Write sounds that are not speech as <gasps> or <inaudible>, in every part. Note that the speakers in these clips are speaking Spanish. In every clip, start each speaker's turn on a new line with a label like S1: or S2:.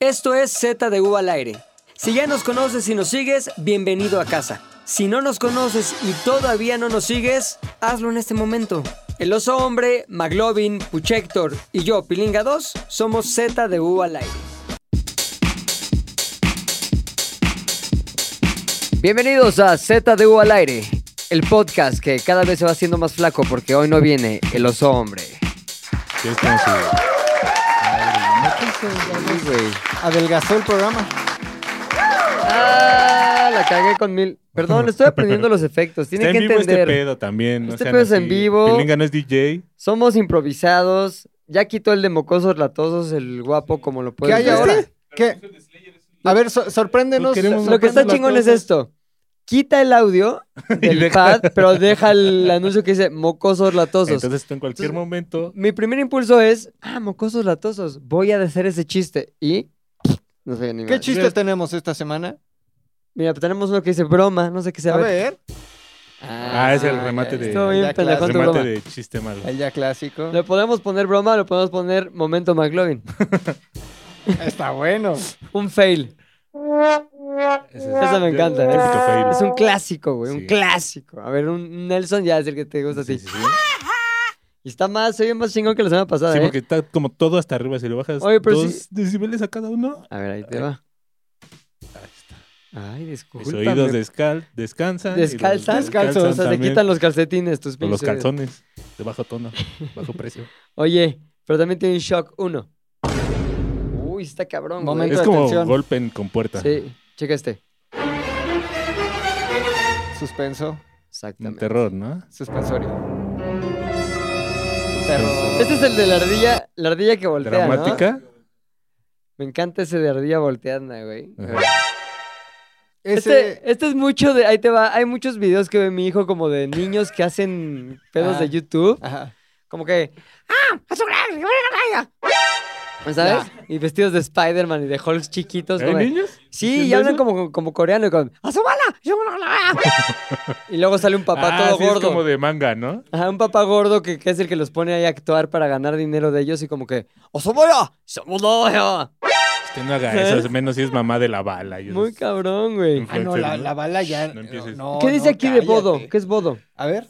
S1: Esto es Z de U al aire. Si ya nos conoces y nos sigues, bienvenido a casa. Si no nos conoces y todavía no nos sigues, hazlo en este momento. El oso hombre, Maglovin, Puchector y yo, Pilinga 2, somos Z de U al aire.
S2: Bienvenidos a ZDU al aire, el podcast que cada vez se va haciendo más flaco porque hoy no viene el oso hombre.
S3: ¿Qué es como si-
S2: Sí, güey.
S4: Adelgazó el programa.
S2: Ah, la cagué con mil.
S3: <laughs>
S2: Perdón, estoy aprendiendo los efectos. Tienen
S3: Está
S2: que
S3: en vivo este
S2: entender.
S3: pedo también. no
S2: Este
S3: sean
S2: pedo es en
S3: así.
S2: vivo.
S3: Pilinga no es DJ.
S2: Somos improvisados. Ya quitó el de mocosos latosos, el guapo, como <laughs> lo
S4: ¿Qué
S2: puedes
S4: hay
S2: ver.
S4: ahora? ¿Qué? A ver, so- sorpréndenos.
S3: No queremos-
S2: Lo que está chingón es esto. Quita el
S3: <laughs>
S2: audio del
S3: deja-
S2: pad, pero deja el <laughs> anuncio que dice mocosos latosos.
S3: Entonces tú en cualquier momento.
S2: Mi primer impulso es, ah, mocosos latosos, voy a hacer ese chiste. Y <sniffs> no sé ni
S4: ¿Qué
S2: madre.
S4: chiste tenemos esta semana?
S2: Mira, tenemos uno que dice broma, no sé qué sea.
S4: A ver,
S3: Ah, es el remate de-
S2: Estuvo bien
S4: Ya,
S2: pendejo
S4: claro,
S2: tu
S3: Remate
S2: broma.
S3: de chiste malo.
S4: el ya clásico.
S2: Le podemos poner broma, le podemos poner momento McLovin.
S4: Está bueno.
S2: Un fail.
S3: Ese
S2: Eso me encanta, ¿eh?
S3: el típico fail.
S2: Es un clásico, güey, un
S3: Sí.
S2: clásico. A ver, un Nelson ya es el que te gusta
S3: Sí,
S2: a ti.
S3: sí, sí.
S2: Y está más, soy más chingón que la semana pasada,
S3: Sí,
S2: ¿eh?
S3: porque está como todo hasta arriba. Si lo bajas
S2: Oye, pero
S3: dos
S2: sí-
S3: decibeles a cada uno.
S2: A ver, ahí te va. Ay, disculpa.
S3: Mis oídos descal- descansan. y los
S2: Descalzan.
S4: Descalzos,
S2: O sea, te
S3: también.
S2: quitan los calcetines, tus
S3: O los
S2: pinches-
S3: calzones. De bajo tono. Bajo precio.
S2: <laughs> Oye, pero también tiene shock 1. Uy, está cabrón, güey.
S4: Momento
S3: es como
S4: atención.
S3: golpe en compuerta.
S2: Sí, checa este.
S4: Suspenso.
S3: Un
S2: Exactamente.
S3: terror, ¿no?
S4: Suspensorio. Perro.
S2: Este es el de la ardilla, la ardilla que voltea, ¿no?
S3: Dramática.
S2: Me encanta ese de ardilla volteando, güey.
S3: Ajá.
S4: Ese-
S2: Este, este es mucho de, ahí te va, hay muchos videos que ve mi hijo como de niños que hacen pedos
S4: Ah.
S2: de YouTube,
S4: Ajá.
S2: como que, ¡ah! ¡A su gran- gran- gran-". ¿Sabes? Y vestidos de Spider-Man y de Hulks chiquitos.
S3: ¿Hay
S2: como de-
S3: niños?
S2: Sí, y
S3: ¿Haciendo
S2: hablan
S3: ¿Eh, eso?
S2: como, como coreano y con ¡Asómala!
S3: <laughs>
S2: y luego sale un papá
S3: Ah,
S2: todo
S3: sí,
S2: gordo.
S3: Es como de manga, ¿no?
S2: Ajá, un papá gordo que, que es el que los pone ahí a actuar para ganar dinero de ellos y como que ¡Asómala! ¡Asómala!
S3: Usted no haga eso, al menos si es mamá de la bala. y
S2: ¿Eh? Muy
S3: esos-
S2: cabrón, güey.
S3: Ujú.
S4: Ah, no, la,
S3: Influencer, ¿no?
S4: la bala ya.
S3: No empieces.
S4: no,
S2: ¿Qué dice
S4: no,
S2: aquí de bodo?
S4: cállate.
S2: ¿Qué es bodo?
S4: A ver.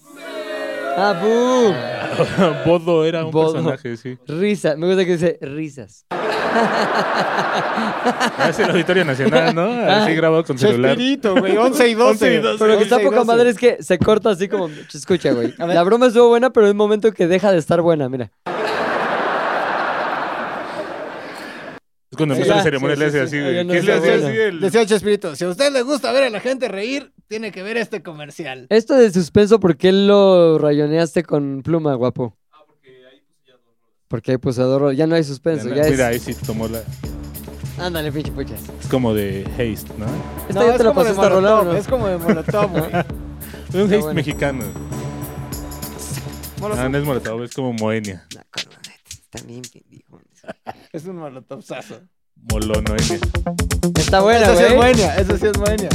S2: ¡Ah, bu!
S3: <laughs> Bodo era un
S2: Bodo.
S3: personaje, sí.
S2: Risa. Me gusta que dice risas.
S3: Ah, Es el Auditorio Nacional, ¿no?
S2: Ah.
S3: Así grabado con celular.
S4: Chespirito, güey. 11 y 12.
S3: 11 y 12.
S2: Pero lo que está
S4: 11 y
S2: poca
S4: 12.
S2: madre es que se corta así como... Escucha, güey.
S4: ver.
S2: La broma estuvo buena, pero en un momento que deja de estar buena, mira.
S3: Es cuando
S2: Sí,
S3: empieza
S2: ya,
S3: la ceremonia,
S2: sí,
S3: le hace
S2: sí,
S3: así.
S2: sí.
S3: de-
S2: Ya no
S3: ¿Qué
S2: es
S3: le hace
S2: abuelo.
S3: así el.?
S4: Decía Chespirito, si a usted le gusta ver a la gente reír, tiene que ver este comercial.
S2: Esto de suspenso, ¿por qué lo rayoneaste con pluma, guapo?
S3: Ah,
S2: Porque hay posador, ya no hay suspenso, ya
S3: Mira, ahí
S2: es.
S3: sí tomó la.
S2: Ándale, pinche puchas.
S3: Es como de haste, ¿no?
S2: Esta ya te la pasó esta rola, ¿o ¿no?
S4: Es como de Molotov, güey. <laughs>
S3: Es un haste
S2: bueno.
S3: mexicano. Ah,
S4: Molotov.
S3: No, no es molotov, es como moenia.
S2: No, con los netes, También pendejo.
S4: Es un molotovzazo.
S3: Molonoenia.
S2: Está buena,
S4: eso sí es
S2: güey.
S4: Moenia, eso sí es Moenia.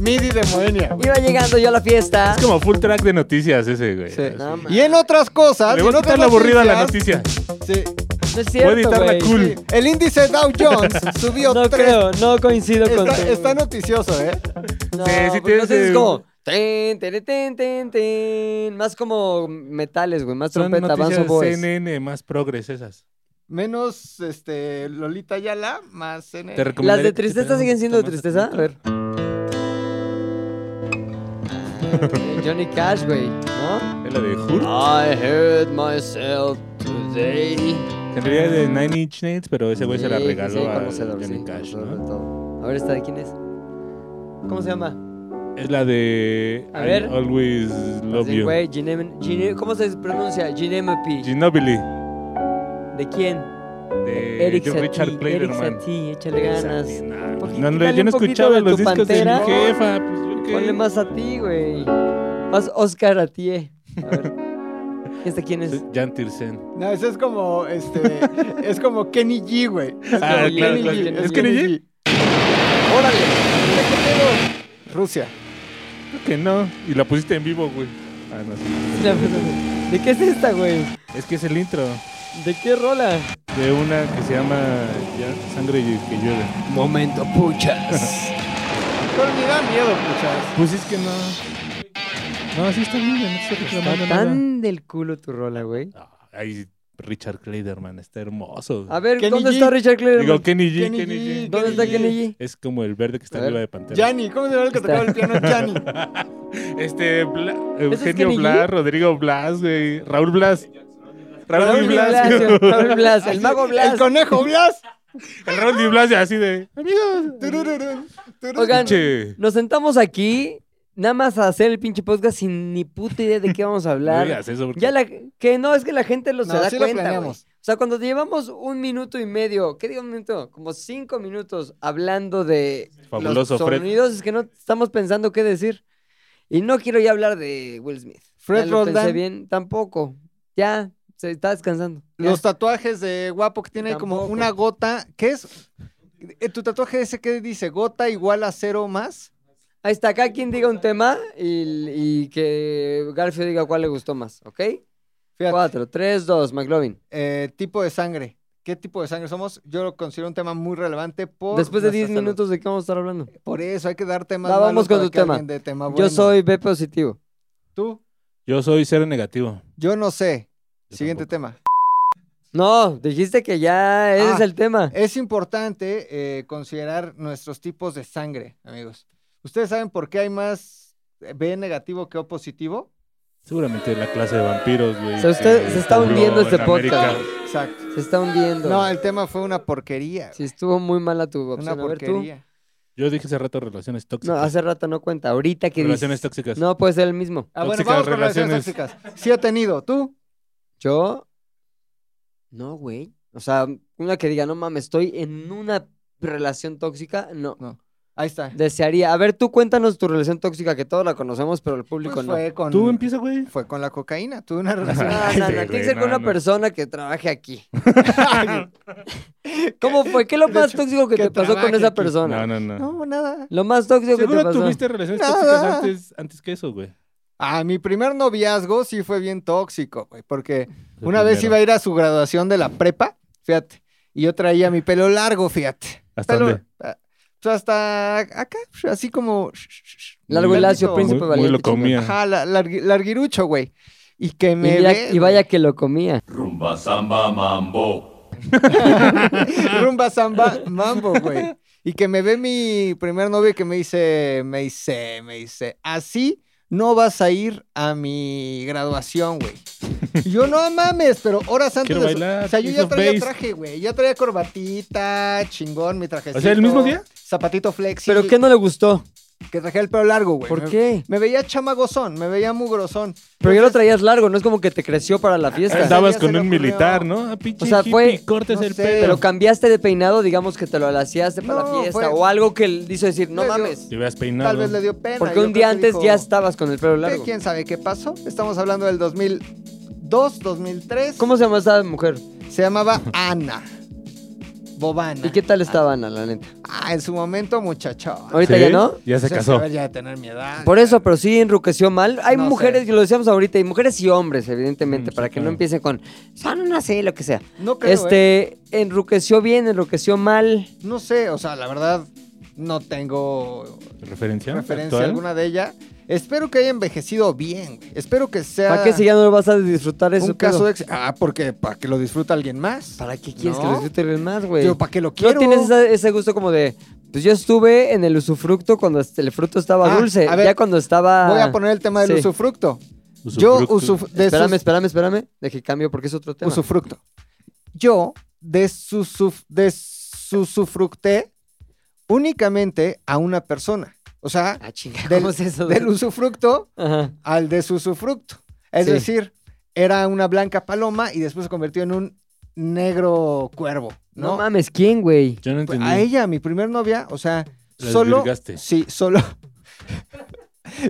S4: Midi de Moenia, güey.
S2: Iba llegando yo a la fiesta.
S3: Es como full track de noticias ese, güey.
S4: Sí.
S3: Así.
S2: No, man,
S4: Y en otras cosas.
S3: Le voy
S4: en
S3: a
S4: otras
S3: quitar la aburrida a la
S4: noticias,
S3: noticia.
S4: sí,
S2: No es
S3: Voy a
S2: cierto,
S3: editarla
S2: güey.
S3: cool.
S4: sí. El índice Dow
S2: <laughs>
S4: Jones subió
S2: No
S4: tres-
S2: creo, no coincido con
S4: Está,
S2: tu-
S4: está noticioso, ¿eh?
S2: No,
S3: Sí, sí
S2: porque
S3: tienes,
S2: entonces es
S3: eh,
S2: como... Ten, ten, ten, ten, ten. Más como metales, güey. Más
S3: Son
S2: trompeta, avanzo
S3: noticias eh,
S2: boys.
S3: CNN más progres esas.
S4: Menos este Lolita Yala, más CNN.
S3: Te recomendaría
S2: ¿Las de
S3: que te
S2: tristeza
S3: dieras un
S2: siguen siendo de
S3: poquito
S2: tristeza?
S3: más
S2: A ver. Ah, güey, Johnny Cash, güey, ¿no?
S3: Es la de Hurt.
S2: I hurt myself today.
S3: En realidad es de Nine Inch Nails, pero ese güey se la
S2: Sí,
S3: regaló
S2: sí,
S3: a
S2: conocedor,
S3: Johnny
S2: sí,
S3: Cash,
S2: conocedor
S3: ¿no?
S2: de todo. A ver, ¿esta de quién es? ¿Cómo se llama?
S3: Es la de
S2: A
S3: I
S2: ver.
S3: Always Love
S2: Pues Sí,
S3: You.
S2: güey, Ginem- Gine- ¿Cómo se pronuncia? Ginemopi.
S3: Ginobili.
S2: ¿De quién?
S3: De
S2: Eric
S3: John
S2: Satie.
S3: Eh, Richard
S2: Eric
S3: Playerman.
S2: Satie, échale ganas.
S3: Satie, nah,
S2: ¿Por qué?
S3: No, no,
S2: Quítale Pues un
S3: yo no
S2: poquito
S3: escuchaba
S2: de
S3: los
S2: tu
S3: discos
S2: pantera.
S3: de mi jefa. Pues, yo qué.
S2: Ponle más a ti, güey. Más Oscar a ti, eh. A
S4: <laughs>
S2: ver. ¿Esta quién <laughs> es?
S3: Jan Tirsen.
S4: No, eso es como, este, <laughs> es como Kenny G, güey. Es
S3: Ah,
S4: como
S3: claro, claro. ¿Es Kenny G?
S2: ¡Órale!
S4: Rusia.
S3: Creo que no. Y la pusiste en vivo, güey. Ah, no, sí.
S2: pues, La verdad, güey. ¿De qué es esta, güey?
S3: Es que es el intro.
S2: ¿De qué rola?
S3: de una que se llama ya, Sangre que llueve.
S1: Momento, puchas.
S4: Pero me da miedo, puchas.
S3: Pues es que no. No, sí está bien, no estoy reclamando
S2: Está
S3: nada.
S2: tan del culo tu rola, güey.
S3: Ah, Ay, Richard Clayderman, está hermoso.
S2: A ver,
S4: Kenny
S2: ¿dónde
S4: G.
S2: está Richard
S3: Digo,
S2: Clayderman?
S3: Kenny G,
S4: Kenny
S3: Kenny,
S4: G,
S3: G.
S2: ¿Dónde está Kenny G?
S3: Es como el verde que
S2: A
S3: está
S2: ver.
S3: arriba de Pantera.
S4: Yanni, ¿cómo se llama el que tocaba el
S3: <laughs>
S4: piano? Yanni.
S3: Este, Bla-
S2: es
S3: Eugenio
S2: Kenny G?
S3: Blas, Rodrigo Blas, güey. Raúl Blas. Raúl
S2: Raúl
S3: y Blas.
S2: Blasio,
S3: <laughs>
S2: Raúl Blas, <laughs> el mago
S4: El
S2: Blas.
S4: conejo Blas.
S3: El Raúl y Blas así de, amigos.
S4: Turururun, tururun.
S2: Oigan,
S3: Che.
S2: nos sentamos aquí nada más a hacer el pinche podcast sin ni puta idea de qué vamos a
S3: No
S2: hablar.
S3: digas eso porque-
S2: Ya la, que no, es que la gente lo se
S4: No,
S2: da
S4: sí lo
S2: cuenta. güey. O
S4: planeamos.
S2: sea, cuando llevamos un minuto y medio, ¿qué digo un minuto? Como cinco minutos hablando de
S3: Fabuloso
S2: los
S3: Fred.
S2: sonidos, es que no estamos pensando qué decir. Y no quiero ya hablar de Will Smith.
S4: Fred
S2: ya lo pensé
S4: Roldán.
S2: bien, tampoco. Ya, se está descansando. Ya.
S4: Los tatuajes de guapo que tiene ahí como
S2: Tampoco.
S4: una gota. ¿Qué es? Eh, ¿Tu tatuaje ese qué dice? ¿Gota igual a cero más?
S2: Ahí está, acá quien diga un tema y, y que Garfio diga cuál le gustó más, ¿ok?
S4: Fíjate.
S2: Cuatro, tres, dos, McLovin.
S4: eh, tipo de sangre. ¿Qué tipo de sangre somos? Yo lo considero un tema muy relevante por
S2: Después de
S4: nuestra
S2: 10
S4: salud.
S2: minutos, ¿de qué vamos a estar hablando?
S4: Por eso hay que dar temas
S2: Va,
S4: malos
S2: vamos con
S4: para
S2: tu
S4: que
S2: tema.
S4: alguien dé tema
S2: Yo
S4: bueno.
S2: soy B positivo.
S4: ¿Tú?
S3: Yo soy cero negativo.
S4: Yo no sé.
S3: Yo
S4: Siguiente tema.
S2: No, dijiste que ya ese
S4: Ah.
S2: es el tema.
S4: Es importante eh, considerar nuestros tipos de sangre, amigos. ¿Ustedes saben por qué hay más eh, B negativo que O positivo?
S3: Seguramente la clase de vampiros, güey.
S2: Se usted-
S3: que
S2: se está
S3: pobló
S2: hundiendo este
S3: en
S2: podcast.
S3: América.
S4: Exacto.
S2: Se está hundiendo.
S4: No, el tema fue una porquería.
S2: Sí, estuvo muy mala tu opción.
S4: una
S2: A ver, tú.
S4: porquería.
S3: Yo dije hace rato relaciones
S2: No,
S3: tóxicas.
S2: hace rato no cuenta. Ahorita que
S3: relaciones
S2: dices.
S3: tóxicas.
S2: No, puede ser el mismo.
S4: Ah, bueno,
S3: Tóxicas
S4: vamos con relaciones
S3: relaciones.
S4: tóxicas. Sí he tenido. ¿Tú?
S2: Yo. No, güey. O sea, una que diga, no mames, estoy en una relación tóxica. No.
S4: Ahí está.
S2: Desearía. A ver, tú cuéntanos tu relación tóxica, que todos la conocemos, pero el
S4: Pues
S2: público no.
S4: fue con,
S3: Tú empieza, güey.
S4: fue con la cocaína. Tuve una
S2: <laughs>
S4: relación.
S2: No, no, no,
S3: <laughs> Ay,
S2: tiene que
S3: güey,
S2: ser con
S3: no,
S2: una
S3: no.
S2: persona que trabaje
S3: <laughs>
S2: aquí. ¿Cómo fue? ¿Qué es lo
S4: De
S2: más
S4: hecho,
S2: tóxico que,
S4: que
S2: te pasó con
S4: trabaje
S2: esa
S4: aquí.
S2: persona?
S3: No, no, no.
S4: no, nada.
S2: Lo más tóxico que te
S3: Seguro
S2: pasó.
S3: tuviste relaciones
S4: Nada.
S3: tóxicas antes, antes que eso, güey.
S4: Ah, mi primer noviazgo sí fue bien tóxico, güey, porque
S3: El
S4: una vez
S3: primero.
S4: iba a ir a su graduación de la prepa, fíjate, y yo traía mi pelo largo, fíjate.
S3: ¿Hasta
S4: Pelo-
S3: dónde?
S4: ah, pues hasta acá, así como...
S2: Largo y lacio,
S4: Muy-
S2: príncipe
S3: muy
S2: valiente.
S3: lo comía.
S4: Ajá, la- largui- larguirucho, güey. Y que
S2: chingón.
S4: me...
S2: Y, ya-
S4: ve-
S2: y vaya que lo comía.
S5: Rumba samba mambo.
S4: <laughs> Rumba samba mambo, güey. Y que me ve mi primer novio y que me dice, me dice, me dice, así no vas a ir a mi graduación, güey. Y yo no mames, pero horas antes
S3: Quiero
S4: de su-
S3: bailar,
S4: O sea, yo
S3: Ace
S4: ya
S3: of
S4: traía
S3: Base.
S4: traje, güey. Ya traía corbatita, chingón, mi trajecito.
S3: mismo día?
S4: Zapatito flexi.
S2: ¿Pero qué no le gustó?
S4: Que traje el pelo largo, güey.
S2: ¿Por
S4: Me-
S2: qué?
S4: Me veía chamagozón, me veía mugrosón.
S2: Pero ya lo traías largo, no es como que te creció para la fiesta.
S4: Andaba-
S3: Andabas
S4: Ese día
S3: con
S4: se
S3: un
S4: le ocurrió.
S3: militar, ¿no? Ah, pinche
S2: O sea, fue-
S3: hippie, cortes
S4: no
S3: el
S4: sé,
S2: Pero
S3: pelo.
S2: cambiaste de peinado, digamos que te lo alaciaste para
S4: No,
S2: la fiesta.
S4: fue-
S2: O algo que él hizo decir, no
S4: Le dio-
S2: mames.
S3: Te hubieras peinado.
S4: Tal vez le dio pena.
S2: Porque
S4: yo
S2: un
S4: creo
S2: día
S4: que
S2: antes
S4: dijo,
S2: ya estabas con el pelo largo.
S4: ¿Quién sabe qué pasó? Estamos hablando del 2002, 2003.
S2: ¿Cómo se llama esa mujer?
S4: Se llamaba Ana. Bobana.
S2: ¿Y qué tal estaba Ana, la neta?
S4: Ah, en su momento, muchacho.
S2: Ahorita
S3: ¿Sí?
S2: ya no.
S3: Ya se
S4: Pues es
S3: casó.
S4: que Ya de tener mi edad.
S2: Por eso, pero sí enruqueció mal. Hay
S4: No
S2: mujeres,
S4: sé.
S2: y lo decíamos ahorita, y mujeres y hombres, evidentemente,
S3: Mm,
S2: para
S3: sí,
S2: que no
S3: claro.
S2: empiecen con, "Ah, son una C, lo que sea.
S4: No creo, ¿eh?
S2: este, enruqueció bien, enruqueció mal.
S4: No sé, o sea, la verdad, no tengo
S3: ¿Referencia?
S4: referencia
S3: ¿Actual?
S4: alguna de ella. Espero que haya envejecido bien. güey. Espero que sea
S2: ¿Para qué si ya no lo vas a disfrutar eso?
S4: un caso de... ex- Ah, porque para que lo disfruta alguien más.
S2: ¿Para qué quieres que
S4: No.
S2: lo disfruten más, güey?
S4: Yo, ¿para qué lo quiero?
S2: No tienes esa- ese gusto como de, pues yo estuve en el usufructo cuando este- el fruto estaba
S4: Ah,
S2: dulce,
S4: a ver,
S2: ya cuando estaba...
S4: Voy a poner el tema del
S2: Sí.
S4: usufructo. Yo
S3: Usufructo.
S4: usuf... de sus-
S2: Espérame, espérame, espérame, deje cambio porque es otro tema.
S4: usufructo. Yo desusuf- desusufructé únicamente a una persona. O sea,
S2: Ah, chinga,
S4: Del-
S2: ¿cómo es eso? güey?
S4: del usufructo
S2: Ajá.
S4: al desusufructo. Es
S2: Sí.
S4: decir, era una blanca paloma y después se convirtió en un negro cuervo,
S2: No.
S4: ¿no?
S2: mames, ¿quién, güey?
S3: Yo no
S4: Fue
S3: entendí.
S4: a ella, mi primer novia, o sea,
S3: La
S4: solo
S3: desvirgaste.
S4: Sí, solo <laughs>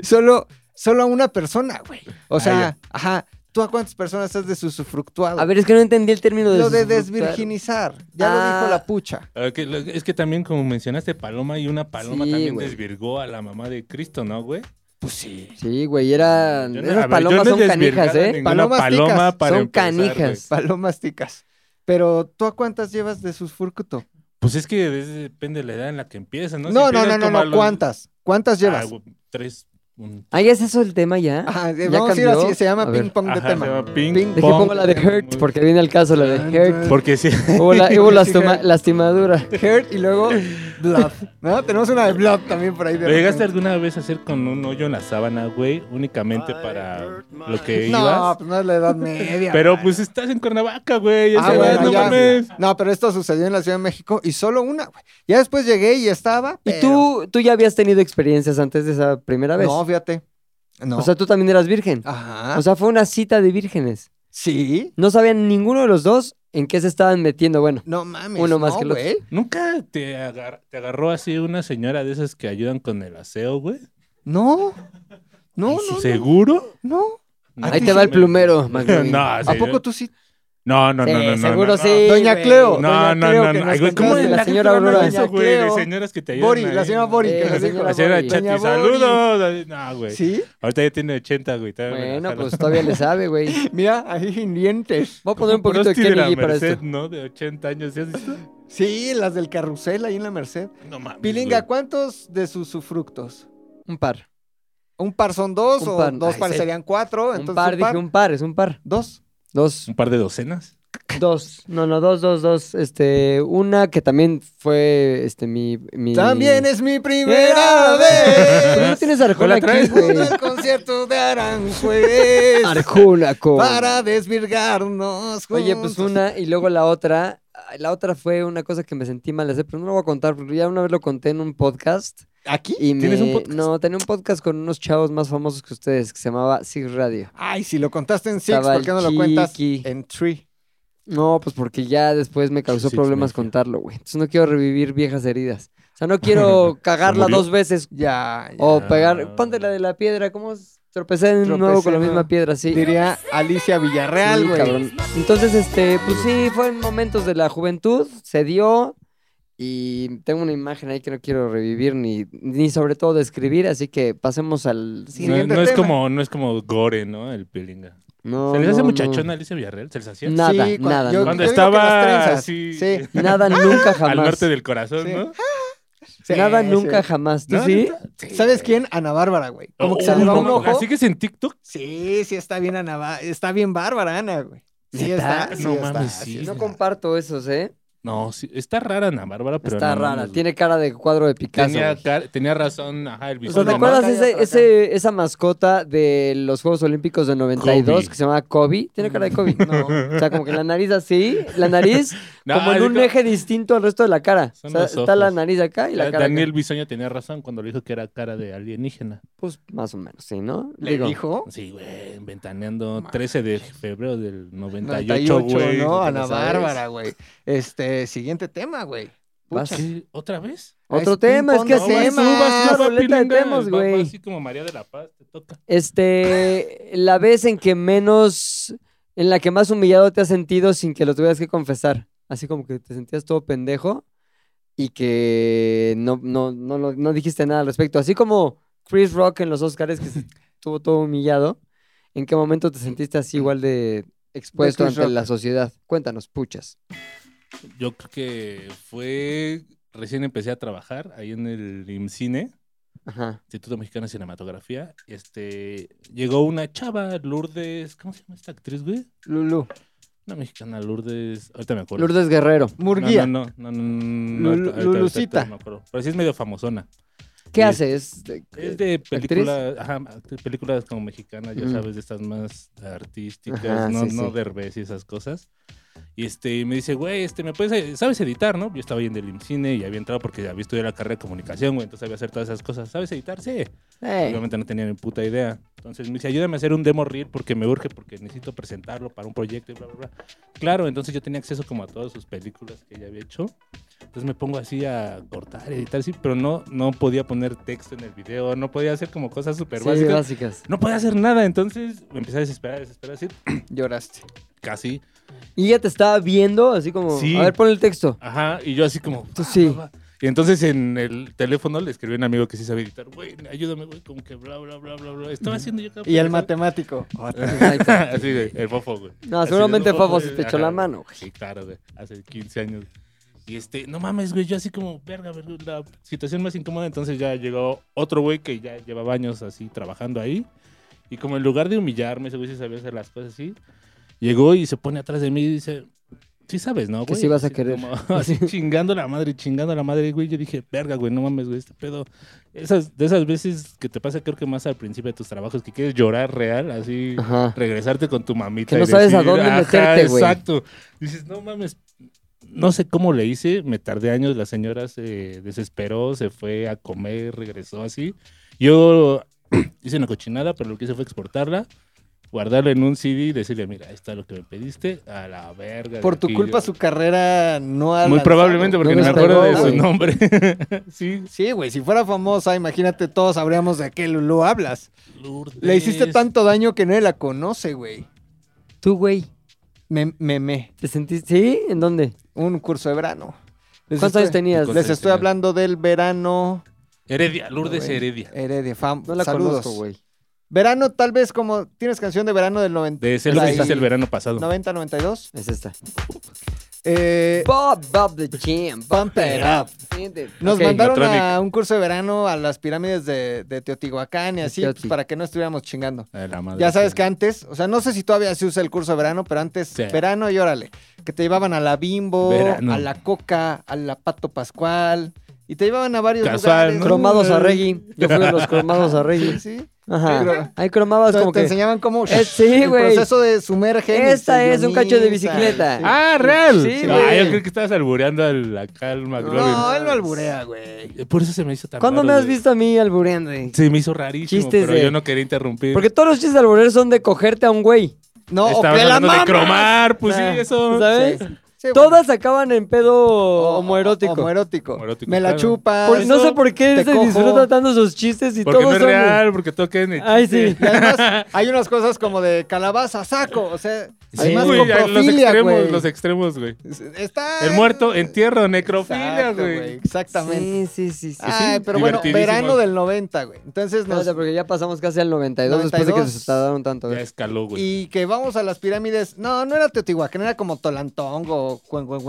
S4: solo solo a una persona, güey. O
S3: A
S4: sea,
S3: ella.
S4: ajá, ¿tú a cuántas personas has desusufructuado?
S2: A ver, es que no entendí el término de
S4: Lo de
S2: usufructuar.
S4: desvirginizar. Ya lo
S2: Ah.
S4: dijo la pucha.
S3: Ah, que lo- Es que también, como mencionaste, Paloma y una Paloma
S2: Sí,
S3: también
S2: güey.
S3: desvirgó a la mamá de Cristo, ¿no, güey?
S4: Pues sí.
S2: Sí, güey, eran...
S3: Yo no- a
S2: Esas
S3: ver, yo
S2: palomas
S3: no he
S2: son canijas,
S3: desvirgado a
S2: ¿eh?
S3: ninguna
S4: Palomas
S3: paloma
S4: ticas.
S3: para
S2: Son
S3: empezar,
S2: canijas.
S4: Palomas ticas. Pero, ¿tú a cuántas llevas de sus furcuto?
S3: Pues es que es- depende de la edad en la que empiezan, ¿no? Si
S4: No, no,
S3: empiezas
S4: no, no,
S3: como a
S4: no,
S3: los-
S4: ¿cuántas? ¿Cuántas
S3: Ah,
S4: llevas? Ah,
S3: güey, tres. un-
S2: Ah, ya es eso el tema ya.
S4: Ajá,
S2: ¿Ya
S4: vamos a ir
S2: cambió?
S4: así, se
S2: A
S4: llama
S2: ver.
S4: ping pong de
S3: Ajá, Ah, se
S4: tema.
S3: llama ping
S4: Ping-
S2: Dejé
S3: pong.
S2: pongo la de Hurt, porque viene el caso, la de Hurt.
S3: <laughs> Porque
S4: <laughs>
S3: sí.
S2: Hubo, la, hubo lastima- lastimadura.
S4: Hurt y luego Blood. ¿No? Tenemos una de Blood también por ahí. De
S3: ¿Lo llegaste
S4: repente.
S3: alguna vez a hacer con un hoyo en la sábana, güey? Únicamente para lo que
S4: No,
S3: ibas.
S4: pues no es la edad media.
S3: Pero pues estás en Cuernavaca, güey.
S4: Ah,
S3: esa
S4: bueno,
S3: edad, no
S4: ya.
S3: mames.
S4: No, pero esto sucedió en la Ciudad de México y solo una, güey. Ya después llegué y estaba.
S2: ¿Y
S4: pero-
S2: tú, tú ya habías tenido experiencias antes de esa primera vez?
S4: No, fíjate. No.
S2: O sea, tú también eras virgen.
S4: Ajá.
S2: O sea, fue una cita de vírgenes.
S4: sí.
S2: No sabían ninguno de los dos en qué se estaban metiendo. Bueno,
S4: No mames.
S2: Uno más
S4: no,
S2: que el otro.
S4: güey.
S3: ¿Nunca te, agar- te agarró así una señora de esas que ayudan con el aseo, güey?
S4: No. No, no, no.
S3: ¿Seguro?
S4: No. ¿A
S2: ahí
S4: ti
S2: te
S4: sí?
S2: va el plumero, McLovin.
S3: <laughs> no,
S4: ¿A
S3: Ah, sí,
S4: poco tú sí?
S3: No, no,
S2: Sí,
S3: no, no, no,
S2: seguro
S3: no.
S2: sí.
S4: Doña
S2: güey.
S4: Cleo.
S3: No, no,
S4: Doña
S3: no,
S4: Cleo
S3: no,
S4: que
S3: no.
S4: nos
S3: Ay, güey, ¿Cómo
S4: contaste
S3: de
S4: de
S3: la
S2: la señora
S3: gente no habla de
S2: Aurora?
S3: eso, güey? De
S4: Creo.
S3: señoras que te ayudan.
S4: Bori, la
S3: ahí.
S4: señora Bori.
S2: Sí,
S4: que
S2: la
S4: nos dijo
S2: señora
S3: Eh, La señora
S2: Bori.
S4: Doña
S3: Chati,
S4: Bori.
S3: saludos. No, güey.
S4: ¿Sí?
S3: Ahorita ya tiene 80, güey. todavía me la
S2: Bueno,
S3: jala. <laughs>
S2: pues todavía le sabe, güey.
S4: Mira, ahí sin dientes.
S2: Voy a poner un poquito de
S3: Prosti
S2: Kenny
S3: la
S2: G para
S3: Merced,
S2: esto.
S3: ¿no? De 80 años. ¿sí has visto?
S4: Sí, las del carrusel ahí en la Merced.
S3: No mames.
S4: Pilinga,
S3: güey.
S4: ¿cuántos de sus usufructos?
S2: Un par.
S4: ¿Un par son dos
S2: Un
S4: o
S2: par,
S4: dos
S2: ay,
S4: pares
S2: sí.
S4: serían cuatro? Oh, Entonces,
S2: Un par, dije un par, es un par.
S4: Dos.
S2: Dos.
S3: ¿Un par de docenas?
S2: Dos. No, no, dos, dos, dos. Este, una que también fue, este, mi... mi...
S4: También es mi primera
S2: ¡Primera Pero no <laughs>
S4: vez.
S2: tienes Arjona
S3: ¿No la
S2: aquí,
S3: traes?
S2: güey.
S4: Al concierto de Aranjuez.
S2: Arjona con...
S4: Para desvirgarnos.
S2: Oye, pues
S4: juntos.
S2: una y luego la otra. Ay, La otra fue una cosa que me sentí mal de hacer, pero no lo voy a contar porque ya una vez lo conté en un podcast.
S4: ¿Aquí?
S2: Y
S3: ¿Tienes un
S2: me-
S3: podcast?
S2: No, tenía un podcast con unos chavos más famosos que ustedes que se llamaba Sig Radio.
S4: Ay, si lo contaste en Six,
S2: Estaba
S4: ¿por qué no lo
S2: el
S4: cuentas
S2: Chiqui.
S4: en Tree?
S2: No, pues porque ya después me causó
S3: Sig
S2: problemas
S3: Mafia.
S2: contarlo, güey. Entonces no quiero revivir viejas heridas. O sea, no quiero cagarla
S3: murió?
S2: dos veces
S4: Ya, ya.
S2: o pegar. Ponte la de la piedra, ¿cómo? es? Tropecé de nuevo con la
S4: Tropecé,
S2: misma
S4: ¿no?
S2: piedra, sí.
S4: Diría Alicia Villarreal,
S2: Sí,
S4: güey.
S2: cabrón. Entonces, este, pues sí, fue en momentos de la juventud, se dio y tengo una imagen ahí que no quiero revivir ni, ni sobre todo describir, así que pasemos al
S3: No,
S4: Siguiente
S2: siguiente.
S3: no es
S4: tema.
S3: como, no es como gore, ¿no? El Pilinga.
S2: No,
S3: ¿Se les hace
S2: no, no.
S3: muchachona a Alicia Villarreal? ¿Se les hacía?
S2: No. Nada,
S4: cua-
S2: nada, nada.
S3: Cuando
S4: digo que
S3: estaba
S4: las trenzas.
S3: así-
S4: Sí.
S3: <laughs>
S2: Nada nunca
S3: Al
S2: jamás.
S3: norte del corazón,
S4: Sí.
S3: ¿no?
S4: Sí,
S2: Nada
S4: sí.
S2: nunca jamás. ¿Tú
S3: ¿No?
S2: sí?
S3: ¿Neta?
S4: ¿Sabes quién? Ana Bárbara, güey. Como
S3: Oh,
S4: que se le va
S2: no,
S4: un
S2: no,
S4: ojo.
S3: ¿La sigues en TikTok?
S4: Sí, sí está bien Ana Bá- Está bien Bárbara, Ana, güey. Sí
S2: ¿Neta?
S4: está, sí
S3: No
S4: está,
S3: mames, sí.
S2: No
S4: está.
S2: comparto esos, ¿eh?
S3: No, sí, está rara Ana Bárbara, pero
S2: Está
S3: no
S2: rara.
S3: mames,
S2: Tiene cara de cuadro de Picasso.
S3: tenía,
S2: güey.
S3: car- tenía razón, ajá, el
S2: O
S3: visual.
S2: sea, ¿Te
S4: Una
S3: de
S2: acuerdas
S4: marca y
S2: ese-
S4: otra acá.
S2: ese- esa mascota de los Juegos Olímpicos de 92
S3: Kobe.
S2: que se llamaba Kobe? Tiene cara de Kobe. O sea, como que la nariz así, la nariz
S3: No,
S2: como en
S3: yo
S2: un
S3: creo-
S2: eje distinto al resto de la cara. O
S3: Son
S2: sea,
S3: los
S2: está la
S3: ojos. Eh,
S2: nariz acá y la cara. acá.
S3: Daniel Bisoño tenía razón cuando le dijo que era cara de alienígena.
S2: Pues más o menos, sí, ¿no?
S4: ¿Le
S2: Digo,
S4: dijo?
S3: Sí, güey, ventaneando 13 de febrero del 98,
S4: 98,
S3: güey.
S4: ¿no?
S3: te
S4: Ana
S3: la sabes.
S4: Bárbara, güey. Este, siguiente tema, güey.
S2: Vas.
S3: ¿Qué? ¿Otra vez?
S2: Otro
S4: Es
S2: tema, es
S4: ping-pong
S2: que
S4: de
S2: es
S4: temas.
S2: tema, es una
S3: va,
S2: ruleta de
S3: Pilinga,
S2: temas,
S3: va,
S2: güey.
S3: va Así como María de la Paz, te toca.
S2: Este, la vez en que menos, en la que más humillado te has sentido sin que lo tuvieras que confesar. Así como que te sentías todo pendejo y que no, no, no, lo- no dijiste nada al respecto. Así como Chris Rock en los Oscars, que
S4: <laughs>
S2: se estuvo todo humillado. ¿En qué momento te sentiste así igual de expuesto
S4: Chris
S2: ante
S4: Rock.
S2: la sociedad? Cuéntanos, puchas.
S3: Yo creo que fue... Recién empecé a trabajar ahí en el IMCINE.
S2: Ajá.
S3: Instituto Mexicano de Cinematografía, este, llegó una chava, Lourdes, ¿cómo se llama esta actriz, güey?
S4: Lulú.
S3: Una mexicana, Lourdes, ahorita me acuerdo.
S2: Lourdes Guerrero.
S4: Murguía.
S3: No, no, no, no, no, no, ahorita-
S4: Lulu-
S3: ahorita- ahorita-
S4: Lulucita.
S3: ahorita me acuerdo. Pero sí es medio famosona.
S2: ¿Qué
S3: Es-
S2: haces?
S3: Es de películas, ajá, actri- películas como mexicanas, ya
S2: Ujú.
S3: sabes, de estas más artísticas,
S2: Mm. Ajá,
S3: no,
S2: sí,
S3: no
S2: sí.
S3: Derbez y esas cosas. Y este, y me dice, güey, este, me puedes, sabes editar, ¿no? Yo estaba ahí en el cine y había entrado porque había estudiado la carrera de comunicación, güey, entonces sabía hacer todas esas cosas. ¿Sabes editar? Sí.
S2: Eh,
S3: Obviamente no tenía ni puta idea. Entonces me dice, ayúdame a hacer un demo reel porque me urge, porque necesito presentarlo para un proyecto y bla, bla, bla. Claro, entonces yo tenía acceso como a todas sus películas que ella había hecho. Entonces me pongo así a cortar, editar, sí, pero no, no podía poner texto en el video, no podía hacer como cosas súper
S2: Sí,
S3: básicas.
S2: básicas.
S3: No podía hacer nada, entonces me empecé a desesperar, a desesperar, así,
S4: Lloraste.
S3: casi.
S2: Y ella te estaba viendo así como,
S3: Sí.
S2: a ver, pon el texto.
S3: Ajá, y yo así como... "Ah,
S2: Tú sí.
S3: va, va. Y entonces en el teléfono le escribí a un amigo que sí sabía editar, güey, ayúdame, güey, como que bla, bla, bla, bla, bla. Estaba haciendo yo cada
S4: Y el
S3: pendejada.
S4: matemático.
S2: <laughs>
S4: <laughs>
S3: Así, güey, el fofo, güey.
S2: No,
S3: Así de,
S2: seguramente Fofo se
S3: güey,
S2: te echó la
S3: ajá,
S2: mano, güey.
S3: Sí, claro, güey, hace 15 años. Y este, no mames, güey, yo así como, verga, verga, la situación más incómoda. Entonces ya llegó otro güey que ya llevaba años así trabajando ahí. Y como en lugar de humillarme, ese güey sí sabía hacer las cosas así, llegó y se pone atrás de mí y dice, sí sabes, ¿no, güey?
S2: Que sí vas a
S3: Así
S2: querer.
S3: como- <laughs> así chingando la madre, chingando la madre, güey. Yo dije, verga, güey, no mames, güey, este pedo. Esas, de esas veces que te pasa, creo que más al principio de tus trabajos, que quieres llorar real, así
S2: Ajá.
S3: regresarte con tu mamita.
S2: Que no
S3: y
S2: sabes a
S3: decir,
S2: dónde
S3: "Ajá,
S2: meterte, güey".
S3: Exacto. Dices, no mames, no sé cómo le hice, me tardé años, la señora se desesperó, se fue a comer, regresó así. Yo <clears throat> hice una cochinada, pero lo que hice fue exportarla, guardarla en un CD y decirle, mira, ahí está lo que me pediste, a la verga. de
S4: Por tu
S3: aquí,
S4: culpa
S3: yo".
S4: su carrera no ha
S3: Muy
S4: lanzado.
S3: probablemente porque
S2: No
S3: no me
S2: despegó,
S3: acuerdo de su
S2: güey.
S3: nombre. <laughs> sí.
S4: Sí, güey, si fuera famosa, imagínate, todos sabríamos de qué Lulú hablas. Le hiciste
S3: Lourdes.
S4: tanto daño que nadie la conoce, güey.
S2: Tú, güey,
S4: Me, me, me.
S2: ¿te sentiste? ¿Sí? ¿En dónde?
S4: Un curso de verano. Les
S2: ¿Cuántos años Pues,
S4: estoy-
S2: este, tenías?
S3: Con-
S4: Les estoy hablando del verano
S3: Heredia, Lourdes
S4: güey.
S3: Heredia.
S4: Heredia. Fam
S2: No la
S4: saludos.
S2: conozco, güey.
S4: Verano, tal vez como. ¿Tienes canción de verano del 90?
S3: De ser lo que
S4: Ahí.
S3: hiciste el verano pasado.
S4: 90, 92.
S2: Es esta.
S4: Eh,
S2: Bob, Bob the Champ.
S4: Pump it up. Nos mandaron a
S3: Matronic.
S4: un curso de verano a las pirámides de, de Teotihuacán y así,
S2: Teoti.
S4: pues, para que no estuviéramos chingando.
S3: A la madre.
S4: Ya sabes que antes, o sea, no sé si todavía se usa el curso de verano, pero antes,
S3: Sí.
S4: verano y órale, que te llevaban a la Bimbo,
S3: Verano.
S4: a la Coca, a la Pato Pascual, y te llevaban a varios
S3: Casual,
S4: lugares.
S2: Cromados a Reggie. Yo fui
S4: <laughs>
S2: a los cromados a
S4: Sí,
S2: Reggie.
S4: sí.
S2: Ajá.
S4: Pero-
S2: Ahí cromabas
S4: Te,
S2: como
S4: te
S2: que.
S4: enseñaban cómo
S2: Eh, sí,
S4: el
S2: güey.
S4: proceso de sumergen. y
S2: Esta es un cacho de
S4: sioniza.
S2: bicicleta.
S4: Sí.
S3: Ah, real.
S2: Sí,
S3: Ah,
S2: güey.
S3: yo creo que estabas albureando a la calma,
S4: No, él lo alburea, güey.
S3: Por eso se me hizo tan
S2: ¿Cuándo
S3: raro,
S2: me has
S3: güey.
S2: visto a mí albureando? güey?
S3: Se me hizo rarísimo,
S2: Chistes
S3: pero
S2: de-
S3: yo no quería interrumpir.
S2: Porque todos los chistes de alburear son de cogerte a un güey.
S4: No, o
S3: Estabas
S4: que la
S3: hablando de
S4: mamas.
S3: cromar, pues
S2: Ah,
S3: sí, eso.
S2: ¿Sabes?
S4: Sí, sí, güey.
S2: Todas acaban en pedo
S4: O-
S2: homoerótico.
S4: Homoerótico.
S3: Homoerótico,
S4: Me la
S3: claro.
S4: chupa.
S2: Por- no sé por qué
S4: te
S2: se
S4: cojo.
S2: disfruta tanto sus chistes y
S3: Porque
S2: todos
S3: no es
S2: son de-
S3: real, porque toquen.
S2: Ay, sí.
S3: <laughs>
S4: Y además, hay unas cosas como de calabaza, saco. O sea, además
S3: güey, ya, los
S4: coprofilia,
S3: extremos,
S4: güey.
S3: los extremos, güey.
S4: Está...
S3: El muerto, entierro, necrofilia,
S4: Exacto, güey.
S3: güey.
S4: Exactamente.
S2: Sí, sí, sí. sí.
S4: Ay, pero bueno,
S3: divertidísimo.
S4: verano del 90, güey. Entonces nos...
S2: Espérate, porque ya pasamos casi al 92, después de que
S4: 92.
S2: se tardaron tanto.
S3: Ya
S2: güey.
S3: escaló, güey.
S4: Y que vamos a las pirámides. No, no era Teotihuacán, era como Tolantongo,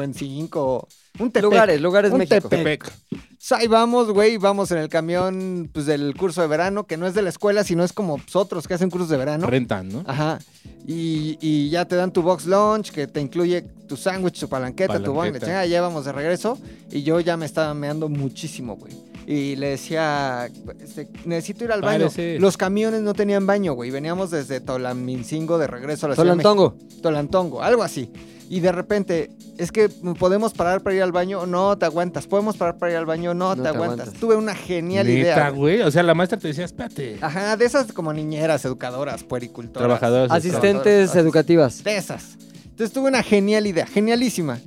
S4: Cuencuencuencinco, un Tepec.
S2: Lugares, lugares
S4: Un
S2: México.
S4: Tepec.
S3: Tepec.
S4: O sea, ahí vamos, güey, vamos en el camión pues, del curso de verano, que no es de la escuela, sino es como pues, otros que hacen cursos de verano.
S3: Rentan, ¿no?
S4: Ajá. Y, y ya te dan tu box lunch, que te incluye tu sándwich, tu palanqueta, tu bong, la
S3: Palanqueta.
S4: chingada, ya vamos de regreso. Y yo ya me estaba meando muchísimo, güey. Y le decía, este, necesito ir al baño.
S3: Párese.
S4: Los camiones no tenían baño, güey. Veníamos desde Tolamincingo de regreso a la ciudad de
S2: Solantongo.
S4: México. Tolantongo, algo así. Y de repente, es que podemos parar para ir al baño, no te aguantas. Podemos parar para ir al baño,
S2: No
S4: no, te
S2: te
S4: aguantas.
S2: aguantas.
S4: Tuve una genial idea.
S3: Neta,
S4: güey.
S3: güey. O sea, la maestra te decía, espérate.
S4: Ajá, de esas como niñeras, educadoras, puericultoras.
S3: Trabajadoras.
S2: Asistentes
S4: Asistentes.
S2: educativas.
S4: De esas. Entonces tuve una genial idea, genialísima.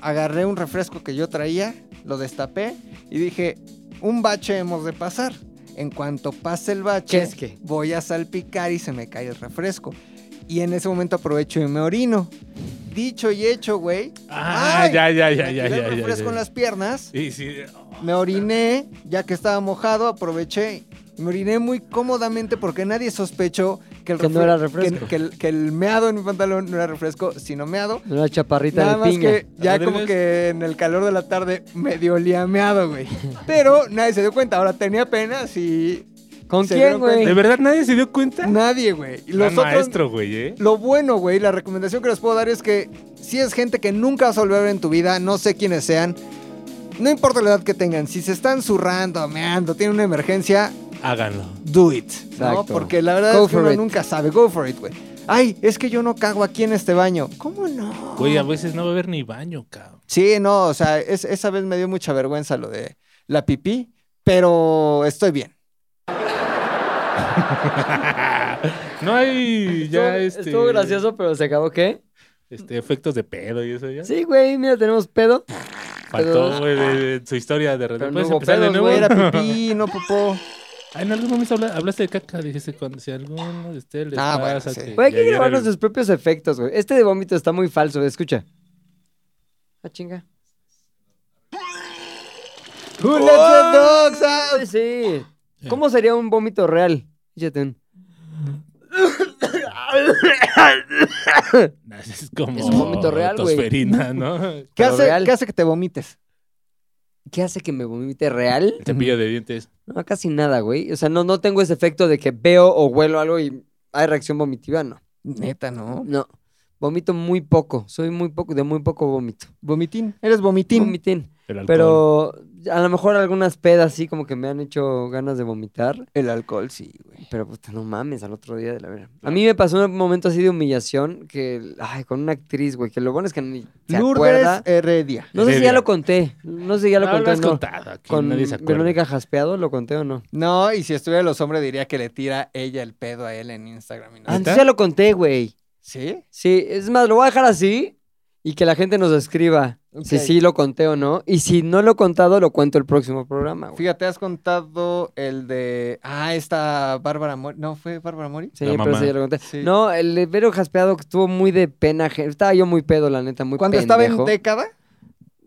S4: Agarré un refresco que yo traía, lo destapé y dije, un bache hemos de pasar. En cuanto pase el bache,
S2: ¿Qué es qué?
S4: voy a salpicar y se me cae el refresco. Y en ese momento aprovecho y me orino. Dicho y hecho, güey.
S3: Ah,
S4: ¡Ay!
S3: ya, ya, ya,
S4: Me
S3: ya,
S4: tiré
S3: ya,
S4: el
S3: ya,
S4: refresco
S3: ya.
S4: en las piernas,
S3: Y sí.
S4: me oriné, ya que estaba mojado, aproveché. Me oriné muy cómodamente porque nadie sospechó que el,
S2: Que no
S4: refre-
S2: era refresco.
S4: que- que el- que el meado en mi pantalón no era refresco, sino meado.
S2: Una chaparrita
S4: Nada
S2: de
S4: más
S2: piña.
S4: que ya
S3: Rodríguez.
S4: como que en el calor de la tarde medio liameado, güey. Pero nadie se dio cuenta. Ahora tenía penas y
S2: ¿Con
S4: se
S2: quién,
S4: dieron cuenta.
S3: ¿De
S2: güey?
S3: verdad nadie se dio cuenta?
S4: nadie, güey. Y los
S3: Gran
S4: otros,
S3: Ah, maestro, güey, ¿eh?
S4: lo bueno, güey, la recomendación que les puedo dar es que si es gente que nunca vas a volver a ver en tu vida, no sé quiénes sean, no importa la edad que tengan, si se están zurrando, meando, tienen una emergencia,
S3: Háganlo.
S4: do it, ¿no?
S2: Exacto.
S4: Porque la verdad
S2: Go
S4: es que
S2: for
S4: uno
S2: it.
S4: nunca sabe. Go for it, güey. Ay, es que yo no cago aquí en este baño. ¿Cómo no?
S3: Güey, a veces no va a haber ni baño, cabrón.
S4: Sí, no, o sea, es- esa vez me dio mucha vergüenza lo de la pipí, pero estoy bien.
S3: No hay ya
S2: estuvo,
S3: este,
S2: estuvo gracioso, pero se acabó, ¿qué?
S3: este, efectos de pedo y eso ya.
S2: Sí, güey, mira, tenemos pedo.
S3: Faltó, güey, de- de su historia de
S2: Pero
S3: repente.
S2: no
S3: ¿Puedes
S2: hubo
S3: empezar de
S2: pedos,
S3: nuevo?
S4: Güey,
S2: <laughs>
S4: Era pipí, no popó.
S3: Ah, en algún momento habla- hablaste de caca, dijiste cuando si a alguno de ustedes les
S4: Ah, bueno,
S3: pasa.
S4: sí.
S3: que
S2: Güey, hay
S3: ya
S2: que grabar
S3: vieron-
S2: nuestros propios efectos, güey. Este de vómito está muy falso, güey, escucha. Ah, chinga.
S4: Who let the dogs
S2: ah.
S4: out?
S2: Sí. ¿Cómo sería un vómito real? Fíjate.
S3: <laughs> Es como
S2: Es un vómito real, güey. <laughs>
S3: tosferina, ¿no?
S4: ¿Qué
S2: Pero
S4: hace,
S2: real.
S4: qué hace que te vomites?
S2: ¿Qué hace que me vomite real?
S3: El cepillo de dientes.
S2: No, casi nada, güey. O sea, no, no tengo ese efecto de que veo o huelo algo y hay reacción vomitiva, no.
S4: Neta, ¿no?
S2: No. Vomito muy poco. Soy muy poco, de muy poco vómito.
S4: Vomitín. Eres vomitín.
S2: Vomitín.
S3: El alcohol.
S2: Pero a lo mejor algunas pedas sí como que me han hecho ganas de vomitar.
S4: El alcohol, sí, güey.
S2: Pero puta, no mames, al otro día de la verga. A mí me pasó un momento así de humillación que, ay, con una actriz, güey, que lo bueno es que ni se
S4: Lourdes
S2: acuerda.
S4: Heredia.
S2: No sé si ya
S3: Heredia.
S2: lo conté. No sé si ya lo
S3: Ah,
S2: conté. o
S3: has
S2: no.
S3: contado aquí,
S2: Con
S3: nadie se acuerda.
S2: Verónica Jaspeado, ¿lo conté o no?
S4: No, y si estuviera los hombres diría que le tira ella el pedo a él en Instagram. y no.
S2: Ah, entonces ya lo conté, güey.
S4: ¿Sí?
S2: Sí, es más, lo voy a dejar así y que la gente nos escriba si
S4: Ok.
S2: sí lo conté o no. Y si no lo he contado, lo cuento el próximo programa, güey.
S4: Fíjate, has contado el de. Ah, esta Bárbara Mori. No, fue Bárbara Mori.
S2: Sí,
S3: La
S2: pero sí
S3: mamá.
S2: ya lo conté.
S4: Sí.
S2: No, el de Vero Jaspeado que estuvo muy de pena. ajena. Estaba yo muy pedo, la neta, muy
S4: Cuando estaba en
S2: pendejo.
S4: década.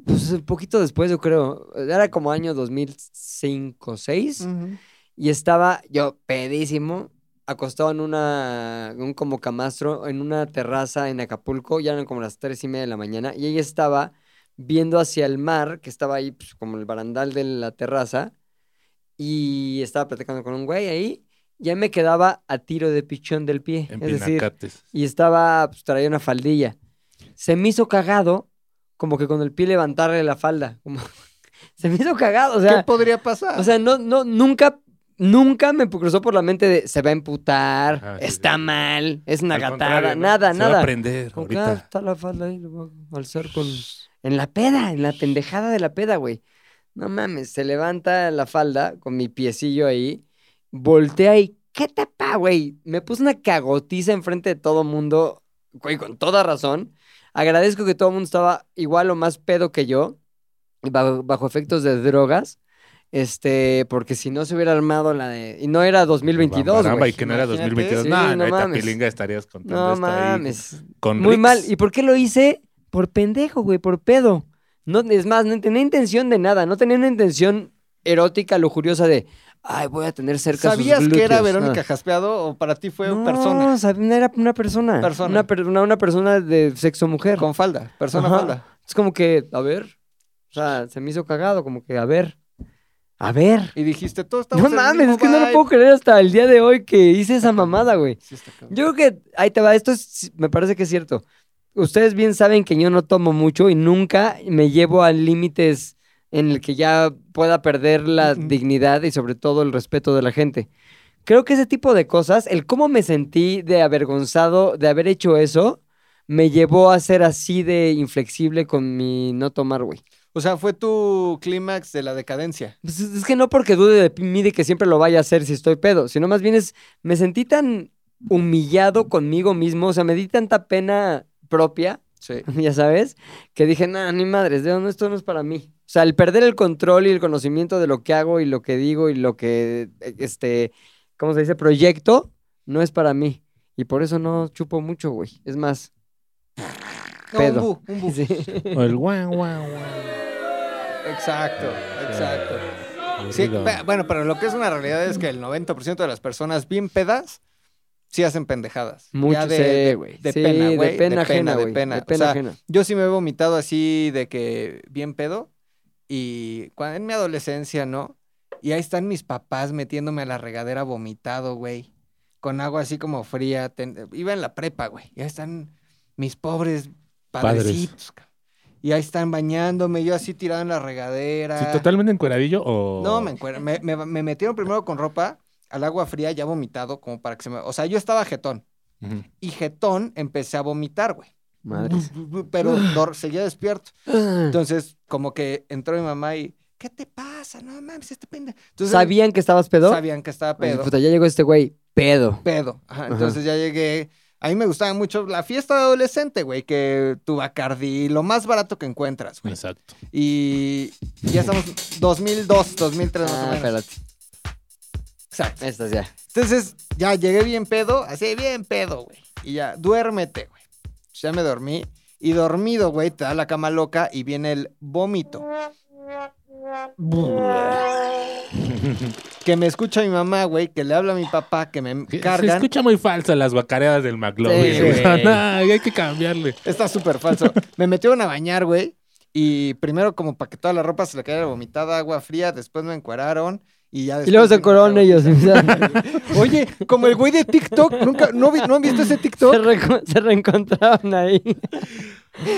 S2: Pues un poquito después, yo creo. Era como año 2005, 2006. Y estaba yo pedísimo, acostado en una, un como camastro, en una terraza en Acapulco, ya eran como las tres y media de la mañana, y ella estaba viendo hacia el mar, que estaba ahí pues, como el barandal de la terraza, y estaba platicando con un güey ahí, ya me quedaba a tiro de pichón del pie,
S3: En
S2: es decir,
S3: pinacates.
S2: y estaba, pues traía una faldilla. Se me hizo cagado, como que con el pie levantarle la falda, como- <laughs> se me hizo cagado, o sea...
S4: ¿Qué podría pasar?
S2: O sea, no, no, nunca, nunca me cruzó por la mente de se va a emputar,
S3: Ajá, Ah, sí,
S2: está
S3: sí.
S2: mal, es una
S3: Al
S2: gatada,
S3: contrario, ¿no?
S2: nada,
S3: Se va a
S2: nada.
S3: aprender
S2: Como que, ah,
S3: ahorita.
S2: está la falda ahí, lo voy a alzar con. En la peda, en la pendejada de la peda, güey. No mames, se levanta la falda con mi piecillo ahí, voltea y, ¿qué tapa, güey? Me puse una cagotiza enfrente de todo mundo, güey, con toda razón. Agradezco que todo el mundo estaba igual o más pedo que yo, bajo, bajo efectos de drogas. Este, porque si no se hubiera armado la de. Y no era 2022,
S3: Bamba,
S2: güey.
S3: y que no era
S4: Imagínate.
S3: 2022.
S2: Sí,
S3: no,
S2: no
S3: no, esta
S2: mames.
S3: pilinga estarías contando
S2: No
S3: esto ahí
S2: mames.
S3: con
S2: Muy
S3: Rix.
S2: mal. ¿Y por qué lo hice? Por pendejo, güey, por pedo. No, es más, no tenía intención de nada. No tenía una intención erótica, lujuriosa de, ay, voy a tener cerca sus
S4: ¿Sabías que era
S2: glúteos".
S4: Verónica
S2: Ah.
S4: Jaspeado o para ti fue
S2: no,
S4: persona?
S2: sab- no, era una persona.
S4: Persona.
S2: Una, per- una, una persona de sexo mujer.
S4: Con falda, persona
S2: Ajá.
S4: falda.
S2: Es como que, a ver. O sea, se me hizo cagado, como que, a ver. A ver.
S4: Y dijiste, todo está
S2: No mames, es que no lo puedo creer hasta el día de hoy que hice esa mamada, güey. Yo creo que ahí te va, esto es- me parece que es cierto. Ustedes bien saben que yo no tomo mucho y nunca me llevo a límites en el que ya pueda perder la
S4: Mm-mm.
S2: dignidad y sobre todo el respeto de la gente. Creo que ese tipo de cosas, el cómo me sentí de avergonzado de haber hecho eso, me llevó a ser así de inflexible con mi no tomar, güey.
S4: O sea, fue tu clímax de la decadencia.
S2: Pues es es que no porque dude de mí de que siempre lo vaya a hacer si estoy pedo, sino más bien es, me sentí tan humillado conmigo mismo, o sea, me di tanta pena propia, <laughs>
S4: Sí.
S2: ya sabes, que dije, nada, ni madres, de- no, esto no es para mí. O sea, el perder el control y el conocimiento de lo que hago y lo que digo y lo que, eh, este, ¿cómo se dice? Proyecto, no es para mí. Y por eso no chupo mucho, güey. Es más, <laughs> Pedo.
S4: un bu, un bu.
S2: sí.
S3: O <laughs> el guau, guau, guau.
S4: Exacto, exacto.
S2: pues
S4: Sí,
S3: Aburrido.
S4: pe- bueno, pero lo que es una realidad es que el 90% de las personas bien pedas sí hacen pendejadas.
S2: mucho,
S4: Ya de,
S2: sé,
S4: de-
S2: güey.
S4: de
S2: Sí,
S4: pena, güey.
S2: de pena ajena,
S4: de
S2: güey.
S4: pena.
S2: De
S4: O
S2: pena
S4: sea,
S2: ajena.
S4: Yo sí me he vomitado así de que bien pedo. Y cuando, en mi adolescencia, ¿no? Y ahí están mis papás metiéndome a la regadera vomitado, güey. Con agua así como fría. ten- iba en la prepa, güey. Y ahí están mis pobres
S3: Padres.
S4: padrecitos. cabrón. Y ahí están bañándome, yo así tirado en la regadera.
S3: Sí, totalmente encueradillo o.
S4: No, me, encuer- me, me, me metieron primero con ropa al agua fría, ya vomitado, como para que se me... O sea, yo estaba jetón.
S3: Ujú.
S4: Y jetón empecé a vomitar, güey.
S2: Madres. <gasps>
S4: Pero dor- seguía despierto. Entonces, como que entró mi mamá y, ¿qué te pasa? No mames, este pendejo. Entonces,
S2: ¿Sabían que estabas pedo?
S4: Sabían que estaba
S2: Ay,
S4: pedo.
S2: puta, ya llegó este güey, pedo.
S4: Pedo. Ajá, entonces ya llegué. A mí me gustaba mucho la fiesta de adolescente, güey, que tu Bacardí, lo más barato que encuentras, güey.
S3: Exacto.
S4: Y ya estamos 2002, 2003 más o
S2: Ah,
S4: menos.
S2: espérate.
S4: Exacto.
S2: Estas ya.
S4: Entonces, ya llegué bien pedo, así bien pedo, güey. Y ya, duérmete, güey. Pues Ya me dormí. Y dormido, güey, te da la cama loca y viene el vómito. que me escucha mi mamá, güey, que le habla a mi papá, que me
S3: Que Se
S4: cargan.
S3: escucha muy falsa las bacareadas del McLovin.
S4: Sí,
S3: güey. No, <laughs>
S4: güey.
S3: no, hay que cambiarle.
S4: Está súper falso.
S2: <laughs>
S4: me metieron a bañar, güey. Y primero, como para que toda la ropa se le cayera vomitada, agua fría. Después me encueraron. Y, ya
S2: Y luego
S4: después
S2: se
S4: me
S2: encueraron
S4: metieron-
S2: ellos. <laughs> o sea,
S4: <laughs> Oye, como el güey de TikTok. ¿Nunca, no, vi- ¿No han
S2: <laughs>
S4: visto ese
S2: se,
S4: TikTok?
S2: reco- se reencontraron ahí.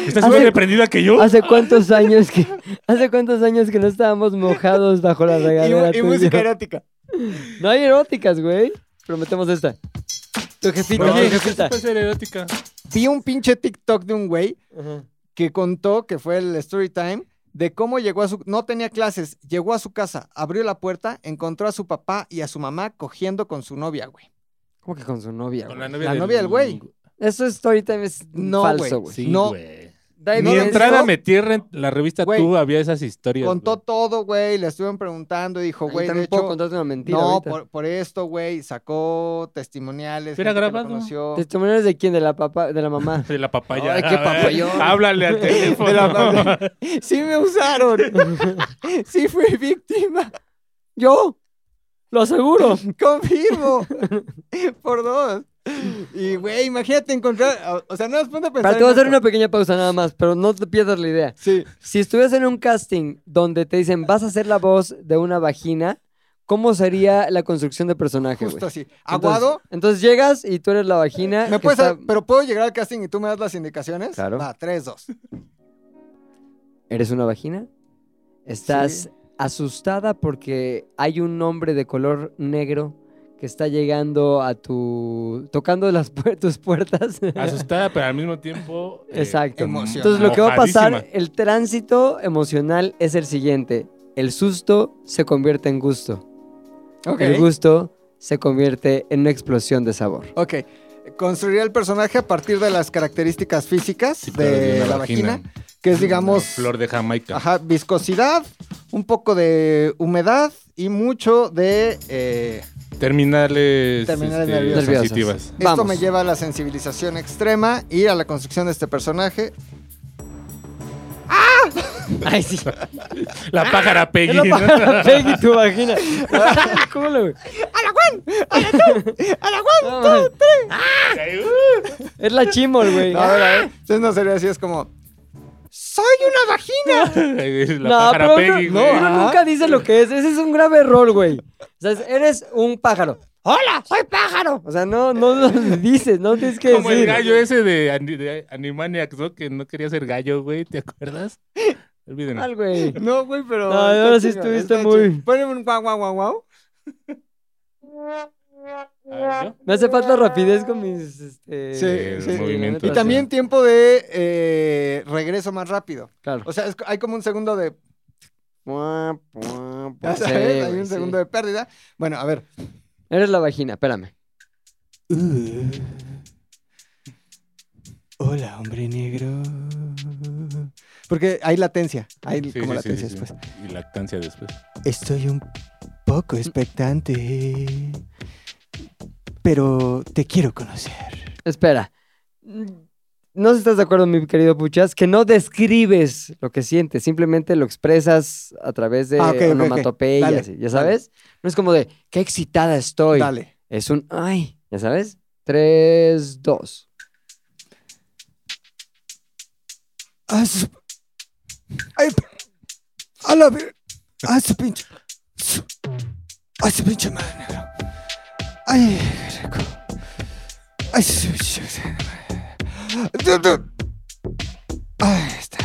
S3: ¿Estás
S2: Hace-
S3: más reprendida que yo?
S2: ¿Hace cuántos años que hace cuántos años que no estábamos mojados bajo la
S4: Y, mu-
S2: regadera?
S4: y
S2: tú y
S4: música
S2: yo?
S4: erótica.
S2: No hay eróticas, güey. Prometemos esta. Tu jefita,
S3: Oye,
S2: tu
S3: ¿qué
S2: jefita.
S3: puede ser erótica?
S4: Vi un pinche TikTok de un güey
S2: Ajá.
S4: que contó que fue el story time de cómo llegó a su no tenía clases, llegó a su casa, abrió la puerta, encontró a su papá y a su mamá cogiendo con su novia, güey.
S2: ¿Cómo que con su novia,
S3: Con
S2: güey?
S3: la novia,
S4: La novia del güey.
S2: Eso es storytime es
S4: No,
S2: falso,
S4: güey.
S2: güey.
S3: Sí,
S4: No.
S3: güey.
S2: Da
S4: No,
S3: Mi
S4: no,
S2: evidencia.
S3: entrada
S4: no.
S3: me tierra en la revista
S4: Güey,
S3: Tú había esas historias.
S4: Contó
S3: güey.
S4: todo, güey, le estuvieron preguntando y dijo,
S2: Ahí
S4: güey, de
S2: también puedo
S4: hecho,
S2: contarte una mentira
S4: no,
S2: ahorita.
S4: por, por esto, güey, sacó testimoniales.
S3: Pero
S4: gente que lo
S3: grabado.
S4: conoció.
S2: ¿Testimonios de quién? De la papá, de la mamá.
S3: de la papaya.
S2: Ay,
S3: <laughs>
S2: qué
S3: A ver,
S2: papayón.
S3: Háblale al teléfono.
S4: <laughs> De la madre. sí me <laughs> usaron. sí fui víctima.
S2: Yo, lo aseguro.
S4: <laughs> Confirmo. <laughs> por dos. Y, güey, imagínate encontrar, o, o sea, no nos ponte a pensar.
S2: Para, te
S4: en
S2: voy a hacer
S4: esto.
S2: una pequeña pausa nada más, pero no te pierdas la idea.
S4: Sí.
S2: Si estuvieras en un casting donde te dicen vas a ser la voz de una vagina, ¿cómo sería la construcción de personaje, güey?
S4: Justo así.
S2: Entonces-
S4: Aguado,
S2: Entonces, llegas y tú eres la vagina.
S4: ¿me
S2: que
S4: puedes,
S2: está-
S4: pero puedo llegar al casting y tú me das las indicaciones?
S2: Claro.
S4: Va,
S3: <laughs>
S4: 3, 2.
S2: ¿Eres una vagina? ¿Estás
S4: Sí.
S2: asustada porque hay un hombre de color negro que está llegando a tu... tocando las <laughs> puer- tus puertas?
S3: Asustada, pero al mismo tiempo. eh,
S2: <laughs> Exacto.
S4: Emoción.
S2: Entonces lo que va a pasar,
S3: mojadísima.
S2: el tránsito emocional es el siguiente. El susto se convierte en gusto.
S4: Ok.
S2: El gusto se convierte en una explosión de sabor.
S4: Ok. Construiría el personaje a partir de las características físicas
S3: Sí, claro,
S4: de
S3: una
S4: la vagina, que es, digamos,
S3: Una Flor de Jamaica.
S4: ajá, viscosidad, un poco de humedad y mucho de... eh,
S3: Terminales.
S4: Terminales
S3: este,
S4: nerviosas.
S3: sensitivas.
S4: esto
S2: Vamos.
S4: me lleva a la sensibilización extrema y a la construcción de este personaje.
S2: Ay, sí.
S3: La
S4: Ah,
S3: pájara Peggy.
S2: Es la
S3: ¿no? <laughs>
S2: palabra <laughs> Peggy, tu vagina. ¿Cómo lo ¡A la Juan! ¡A la Juan! Es la chimol, güey.
S4: No, a ver, a ver. Entonces no sería así, es como... ¡Soy una vagina!
S3: uh, la
S2: No,
S3: pájara
S2: pero
S3: Peggy.
S2: uno,
S3: güey. Ah,
S2: uno
S4: Ajá.
S2: nunca dice lo que es. Ese es un grave error, güey. O sea, es- eres un pájaro. ¡Hola! ¡Soy pájaro! O sea, no, no lo <laughs> dices, no tienes que
S3: Como el
S2: decir.
S3: gallo ese de, Ani- de Animaniacs, ¿no? Que no quería ser gallo, güey. ¿Te acuerdas? Olvídenlo.
S2: Mal, güey.
S4: No, güey, pero...
S2: No,
S4: está
S2: ahora sí
S4: chido,
S2: estuviste
S4: está
S2: muy-
S4: chido. Ponle un guau, guau, guau, guau.
S3: A ver, ¿yo?
S2: Me hace falta rapidez con mis. Este,
S4: Sí,
S2: eh,
S4: sí.
S3: movimientos.
S2: la
S4: Y
S2: neta,
S4: también
S2: sí.
S4: tiempo de eh, regreso más rápido.
S2: Claro.
S4: O sea, es- hay como un segundo de. ya
S2: Sí,
S4: sabes, hay
S2: güey,
S4: un
S2: sí.
S4: segundo de pérdida. Bueno, a ver.
S2: Eres la vagina, espérame.
S4: Hola, hombre negro. Porque hay latencia. Hay
S3: Sí,
S4: como
S3: sí, sí,
S4: latencia
S3: sí, sí.
S4: después.
S3: Y lactancia después.
S4: Estoy un poco expectante. Pero te quiero conocer.
S2: Espera. No sé si estás de acuerdo, mi querido Puchas, que no describes lo que sientes, simplemente lo expresas a través de
S4: Ah, ok, ok, ok. Dale,
S2: onomatopeyas, ya sabes. No es como de, qué excitada estoy.
S4: Dale.
S2: Es un, ay, ya sabes. Tres, dos.
S4: A su- Ay, a la ver. A su pinche. su- A su pinche madre negro. Ay, qué rico. Ay, su pinche madre. Du- du- Ahí está.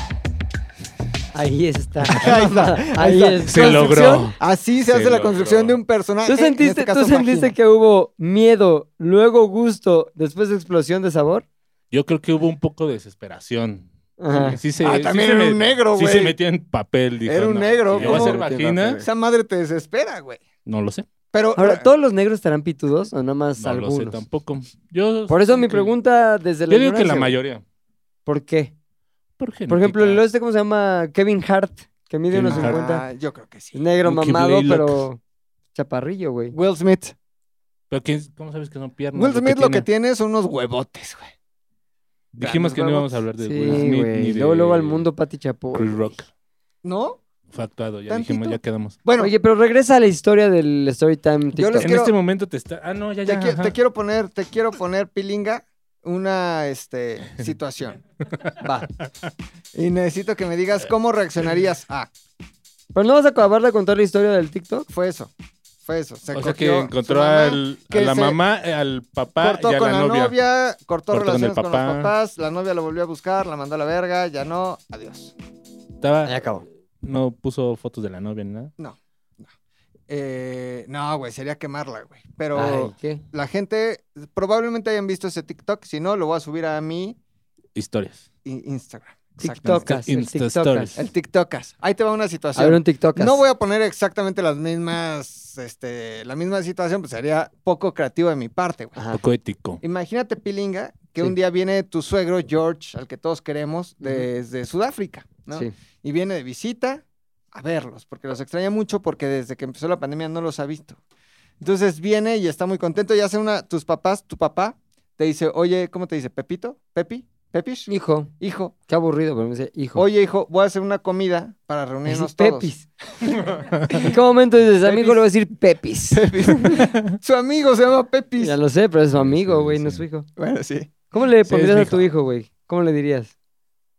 S2: Ahí está. Ahí está. Ahí
S4: está.
S2: está.
S3: Se logró.
S4: Así se
S3: Se
S4: hace la
S3: logró.
S4: construcción de un personaje.
S2: ¿Tú
S4: en este
S2: sentiste,
S4: caso,
S2: ¿tú sentiste
S4: vagina.
S2: que hubo miedo, luego gusto, después explosión de sabor?
S3: Yo creo que hubo un poco de desesperación.
S2: Ajá.
S3: Sí se,
S4: Ah,
S3: sí
S4: también
S3: se
S4: era
S3: me-
S4: un negro,
S3: Sí se
S4: güey.
S3: metía en papel. Dijo,
S4: Era un
S3: "No,
S4: negro,
S3: si yo voy a
S4: ¿cómo?
S3: ser vagina,
S4: Esa madre te desespera, güey.
S3: no lo sé.
S4: Pero ah,
S2: Ahora, ¿todos los negros estarán pitudos o nada más
S3: No lo
S2: Pues algunos?
S3: sé tampoco. Yo,
S2: Por eso mi
S3: que-
S2: pregunta desde la
S3: Yo digo que
S2: ignorancia,
S3: la
S2: güey.
S3: mayoría.
S2: ¿Por qué?
S3: Por,
S2: Por ejemplo, el
S3: genética.
S2: este, ¿cómo se llama? Kevin Hart, que mide
S3: Kevin
S2: unos
S3: Hart.
S2: 50.
S4: Ah, yo creo que
S2: Es
S4: sí.
S2: negro
S3: Luke
S2: mamado,
S3: Blaylock.
S2: pero chaparrillo, güey.
S4: Will Smith.
S3: ¿Pero quién- ¿Cómo sabes que son piernas?
S4: Will Smith lo que
S3: tiene?
S4: tiene son unos huevotes, güey.
S3: Dijimos que no
S4: huevos.
S3: íbamos a hablar de
S2: Sí,
S3: Will Smith ni
S2: güey.
S3: de
S2: Luego, luego al mundo, Pati Chapoy.
S3: Chris Rock.
S4: ¿No?
S3: Fue actuado, ya
S4: Tantito.
S3: dijimos, ya quedamos.
S4: Bueno,
S2: Oye, pero regresa a la historia del Storytime
S4: Yo
S2: TikTok.
S4: les
S3: en
S4: quiero-
S3: este momento te está. Ah, no, ya,
S4: te,
S3: ya.
S4: qui-
S3: ajá.
S4: te quiero poner, te quiero poner, Pilinga, una
S3: <laughs>
S4: este, situación. Va. Y necesito que me digas cómo reaccionarías. Ah,
S2: Pero no vas a acabar de contar la historia del TikTok.
S4: fue eso. Fue eso. Se
S3: O sea que
S4: cogió
S3: encontró
S4: su mamá,
S3: al, a
S4: que
S3: la
S4: se
S3: mamá, eh, al papá
S4: cortó
S3: y a
S4: con
S3: la, novia.
S4: cortó,
S3: Cortó con
S4: relaciones
S3: el
S4: con,
S3: papá.
S4: los papás, la novia lo volvió a buscar, la mandó a la verga, ya no, adiós. Ah,
S3: Estaba-
S2: Ahí acabó.
S3: no puso fotos de la novia ni nada.
S4: Eh, no, güey, sería quemarla, güey. Pero
S2: Ay, ¿qué?
S4: la gente probablemente hayan visto ese TikTok, si no, lo voy a subir a mi
S3: Historias.
S4: i- Instagram. Exactamente.
S2: TikTokas, el
S3: Insta
S2: TikTokas.
S3: stories.
S4: El TikTokas. Ahí te va una
S2: A ver,
S4: situación.
S2: un TikTokas.
S4: No voy a poner exactamente las mismas, este, la misma situación, pues sería poco creativo de mi parte, güey.
S2: Ajá.
S3: Poco ético.
S4: Imagínate, Pilinga, que
S2: Sí.
S4: un día viene tu suegro, George, al que todos queremos, desde Sudáfrica, ¿no?
S2: Sí.
S4: Y viene de visita a verlos, porque los extraña mucho, porque desde que empezó la pandemia no los ha visto. Entonces viene y está muy contento y hace una, tus papás, tu papá, te dice, oye, ¿cómo te dice? ¿Pepito? ¿Pepi? ¿Pepish?
S2: Hijo,
S4: Hijo,
S2: qué aburrido, pero me dice hijo.
S4: oye, hijo, voy a hacer una comida para
S2: Me dice,
S4: reunirnos todos.
S2: Pepis. <laughs> ¿En qué momento dices, amigo, le voy a decir Pepis?
S4: Su amigo se llama Pepis.
S2: Ya lo sé, pero es su amigo,
S3: Sí,
S2: güey, no
S3: sí.
S2: es su hijo.
S4: Bueno, sí.
S2: ¿Cómo le
S3: Sí, es
S2: pondrías
S3: mi
S2: a tu hijo, güey? ¿Cómo le dirías?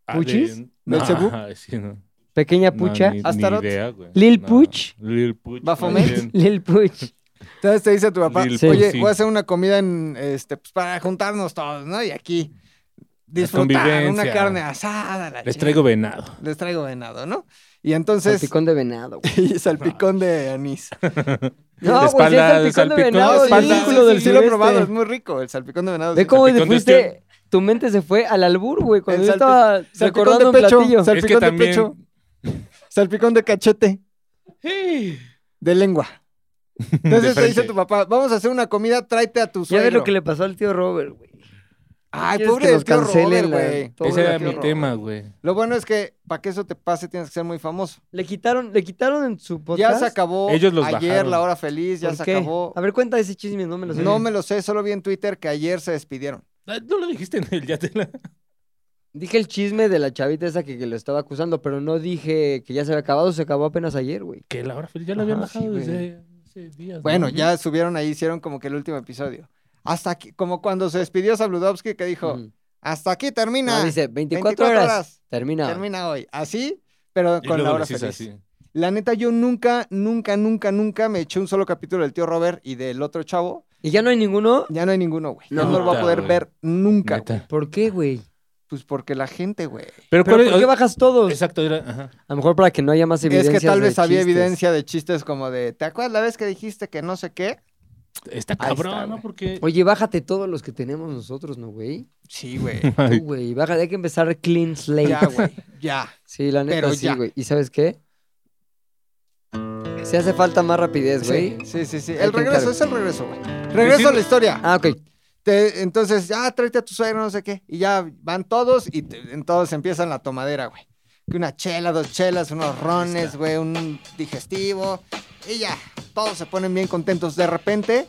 S3: Ah, de-
S2: ¿Puchis?
S3: No, <laughs>
S4: ¿Belcebú?
S3: ajá, sí, no.
S2: ¿Pequeña
S3: No,
S2: pucha?
S3: ni- ni
S4: Astaroth.
S3: idea, güey.
S2: ¿Lil
S3: No.
S2: Puch?
S3: Lil Puch.
S4: ¿Baphomet?
S3: más bien.
S2: Lil Puch.
S4: Entonces te dice tu papá,
S3: Lil
S4: oye,
S3: Pussy.
S4: voy a hacer una comida en, este, pues, para juntarnos todos, ¿no? Y aquí disfrutar una
S3: convivencia.
S4: carne asada. la
S3: Les
S4: chingada.
S3: traigo venado.
S4: Les traigo venado, ¿no? Y entonces...
S2: Salpicón de venado, güey.
S4: <laughs> y salpicón de anís.
S2: No,
S3: De
S2: güey, si
S3: espalda,
S2: es salpicón de
S3: salpicón,
S2: venado,
S3: de
S2: es
S3: espalda.
S2: ridículo del
S4: sí, sí, lo he
S2: sureste.
S4: probado, es muy rico el salpicón de venado.
S2: Ve
S4: sí.
S2: cómo te
S3: Salpicón de
S2: fuiste, tu mente se fue al albur, güey, cuando
S4: El
S2: yo
S4: salpi-
S2: estaba
S4: Salpicón
S2: recordando
S4: de
S2: un
S4: pecho,
S2: platillo.
S4: salpicón
S3: Es que
S4: de
S3: también-
S4: pecho, salpicón de cachete, de lengua. Entonces te dice
S3: frente.
S4: tu papá, vamos a hacer una comida, tráete a tu
S2: Ya
S4: suegro.
S2: ves lo que le pasó al tío Robert, güey.
S4: Ay,
S2: ¿Quieres
S4: pobre
S2: que
S4: del
S2: nos
S4: tío
S2: cancelen
S4: Robert,
S2: la-
S4: güey.
S2: todo
S3: Ese
S2: el
S3: era
S2: tío
S3: mi
S2: Robert?
S3: tema, güey.
S4: Lo bueno es que para que eso te pase tienes que ser muy famoso.
S2: Le quitaron, le quitaron en su podcast.
S4: Ya se acabó
S3: Ellos los
S4: ayer
S3: bajaron.
S4: la hora feliz, ya
S2: ¿Por
S4: se
S2: qué?
S4: acabó.
S2: A ver, cuenta ese chisme, no me lo sé.
S4: No me lo sé, solo vi en Twitter que ayer se despidieron.
S3: Ah, No lo dijiste en el ya te la...
S2: Dije el chisme de la chavita esa que, que lo estaba acusando, pero no dije que ya se había acabado, se acabó apenas ayer, güey.
S3: <laughs> Que la hora feliz ya lo habían bajado desde hace días. ¿no?
S4: Bueno, ya subieron ahí, hicieron como que el último episodio. Hasta aquí, como cuando se despidió Sabludovsky que dijo,
S2: Ujú.
S4: hasta aquí
S2: No,
S4: termina.
S2: dice 24,
S4: 24
S2: horas,
S4: horas.
S2: termina.
S4: Termina hoy. Así, pero
S3: Y
S4: con la
S3: luego
S4: hora
S3: les hizo
S4: feliz.
S3: así.
S4: La neta, yo nunca, nunca, nunca, nunca me eché un solo capítulo del tío Robert y del otro chavo.
S2: ¿Y ya no hay ninguno?
S4: Ya no hay ninguno, güey.
S2: No,
S4: No, no lo voy a
S3: neta,
S4: poder
S3: güey.
S4: ver nunca.
S3: Neta.
S4: güey.
S2: ¿Por qué, güey?
S4: Pues porque la gente, güey.
S3: Pero,
S2: ¿Pero
S3: ¿cuál es-
S2: por qué bajas todos?
S3: Exacto, era... Ajá.
S2: A lo mejor para que no haya más
S4: Es
S2: evidencia.
S4: que tal vez había evidencia de chistes como de, ¿te acuerdas la vez que dijiste que no sé qué?
S3: Está
S4: Ahí
S3: cabrón,
S4: está, güey.
S3: ¿no? Porque...
S2: Oye, bájate todos los que tenemos nosotros, ¿no, güey?
S4: Sí, güey.
S2: <laughs> Tú,
S3: Ay,
S2: güey, bájate, hay que empezar clean slate.
S4: ya, güey. Ya.
S2: Sí, la neta
S4: Pero
S2: sí,
S4: ya.
S2: güey. ¿Y sabes qué? Se hace falta más rapidez, güey.
S4: Sí, sí, sí. sí.
S2: Ahí
S4: El
S2: te encargo.
S4: regreso, es el regreso, güey. Regreso a la historia.
S2: Ah, ok.
S4: Te- entonces, ya tráete a tu suegro, no sé qué. Y ya van todos y te- en todos empiezan la tomadera, güey. Que Una chela, dos chelas, unos rones, güey, un digestivo. Y ya, todos se ponen bien contentos. De repente,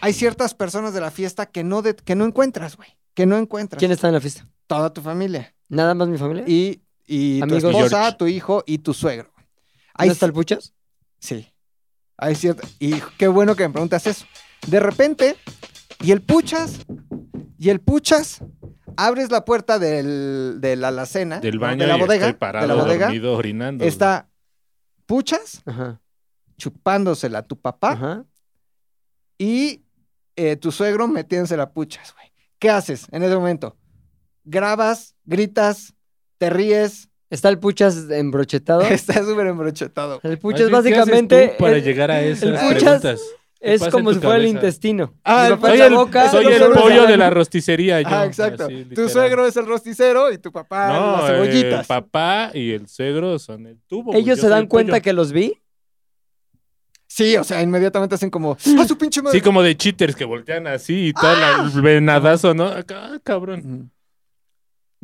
S4: hay ciertas personas de la fiesta que no, de- que no encuentras, güey. Que no encuentras.
S2: ¿Quién ¿Eh? está en la fiesta?
S4: Toda tu familia.
S2: ¿Nada más mi familia?
S4: Y, y tu
S2: Amigos.
S4: esposa,
S3: George.
S4: tu hijo y tu suegro. Hay
S2: ¿No está el Puchas?
S4: Sí. Hay cierta. Y qué bueno que me preguntas eso. De repente, y el puchas, y el puchas, abres la puerta del, de la alacena,
S3: del
S4: ¿no?
S3: baño
S4: de la
S3: y
S4: bodega,
S3: estoy parado,
S4: de la bodega,
S3: dormido, orinando.
S4: está puchas
S2: Ajá.
S4: chupándosela a tu papá
S2: Ajá.
S4: y eh, tu suegro metiéndosela a puchas, güey. ¿Qué haces en ese momento? Grabas, gritas, te ríes,
S2: ¿Está el Puchas
S4: <laughs>
S2: embrochetado?
S4: estás súper embrochetado.
S2: El
S3: güey.
S2: Puchas
S3: Más bien, ¿qué haces
S2: básicamente
S3: tú para
S2: es,
S3: llegar a esas
S2: Puchas-
S3: preguntas. ¿Qué
S2: es
S3: pasa en
S2: como
S3: tu
S2: si fuera el
S3: cabeza?
S2: intestino.
S4: Ah,
S2: Mi
S4: el
S2: papá en
S3: Soy
S2: la
S3: el,
S2: boca,
S3: soy
S2: mi
S3: el
S2: suegro
S3: pollo
S2: en
S3: de la rosticería. yo,
S4: Ah, exacto.
S3: así,
S4: tu
S3: literal.
S4: suegro es el rosticero y tu papá las
S3: No, eh, el
S4: cebollitas.
S3: papá y el suegro son el tubo. Oh, güey.
S2: ¿Ellos
S3: Yo
S2: se
S3: soy
S2: dan
S3: el
S2: cuenta
S3: pollo.
S2: que los vi?
S4: Sí, o sea, inmediatamente hacen como, ¡ah, su pinche madre!
S3: Sí, como de cheaters que voltean así y todo
S2: ¡Ah!
S3: la- el venadazo, ¿no? Acá, ah, cabrón. <laughs>
S4: Ujú.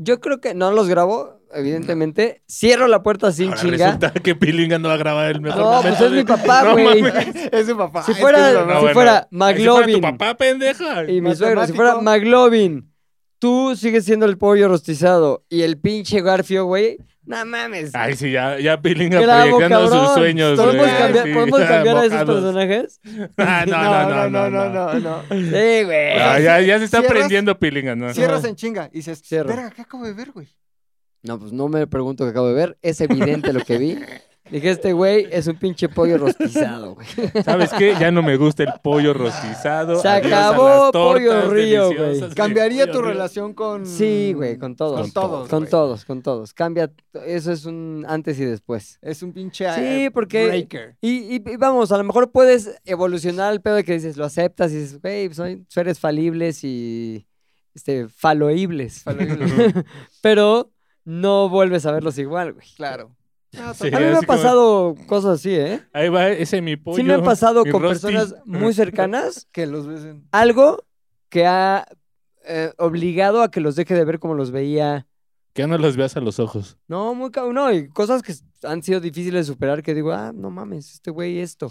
S2: Yo creo que no los grabo, evidentemente. Cierro la puerta sin
S3: Ahora
S2: chinga.
S3: resulta que Pilinga no va a grabar el mejor
S2: No,
S3: momento.
S2: pues es
S3: de-
S2: mi papá,
S3: <laughs> No
S2: güey.
S3: mames.
S4: <laughs> Es su papá.
S2: Si
S4: es
S2: fuera-
S4: que es su
S2: si
S4: papá.
S3: bueno.
S2: fuera
S3: Ahí
S2: McLovin.
S3: tu papá, pendeja.
S2: y mi suegro, si
S4: matemático.
S2: fuera McLovin, tú sigues siendo el pollo rostizado y el pinche Garfio, güey, No mames.
S3: Ay, sí, ya, ya Pilinga
S2: Bravo,
S3: proyectando sus
S2: cabrón.
S3: sueños.
S2: ¿Podemos
S3: güey.
S2: cambiar,
S3: Sí,
S2: ¿podemos cambiar a esos
S3: bocados.
S2: personajes?
S3: Ah,
S2: <laughs>
S3: no, no, no, no, no, no.
S4: no, no.
S2: Sí, güey.
S3: Ah, ya, ya se está
S4: Cierras-
S3: prendiendo Pilinga, ¿no?
S4: Cierras en chinga y dices,
S2: Cierro.
S4: verga, ¿qué acabo de ver, güey?
S2: No, pues no me pregunto qué acabo de ver. Es evidente lo que vi. Dije, este güey es un pinche pollo rostizado, güey.
S3: ¿Sabes qué? Ya no me gusta el pollo rostizado.
S2: Se
S3: Adiós a las
S2: acabó
S3: tortas
S2: Pollo Río, güey.
S3: deliciosas de
S4: Cambiaría tu
S3: Pollo Río.
S4: relación con...
S2: Sí, güey, con todos.
S4: Con todos,
S2: Con
S4: güey.
S2: todos, con todos. Cambia, eso es un antes y después.
S4: Es un pinche... eh,
S2: Sí, porque-
S4: Breaker.
S2: Y, y- y vamos, a lo mejor puedes evolucionar el pedo de que dices, lo aceptas y dices, güey, pues, soy- seres falibles y este, faloíbles. <laughs> Pero no vuelves a verlos igual, güey.
S4: Claro. No,
S3: Sí.
S2: A mí me
S3: así
S2: han
S3: como-
S2: pasado cosas así, ¿eh?
S3: Ahí va ese mi pollo.
S2: Sí me han pasado
S3: mi
S2: con
S3: rosti.
S2: personas muy cercanas
S4: Que los besen.
S2: algo que ha eh, obligado a que los deje de ver como los veía.
S3: Que no los veas a los ojos.
S2: No, muy cabrón. No, y cosas que s- han sido difíciles de superar que digo, ah, no mames, este güey esto.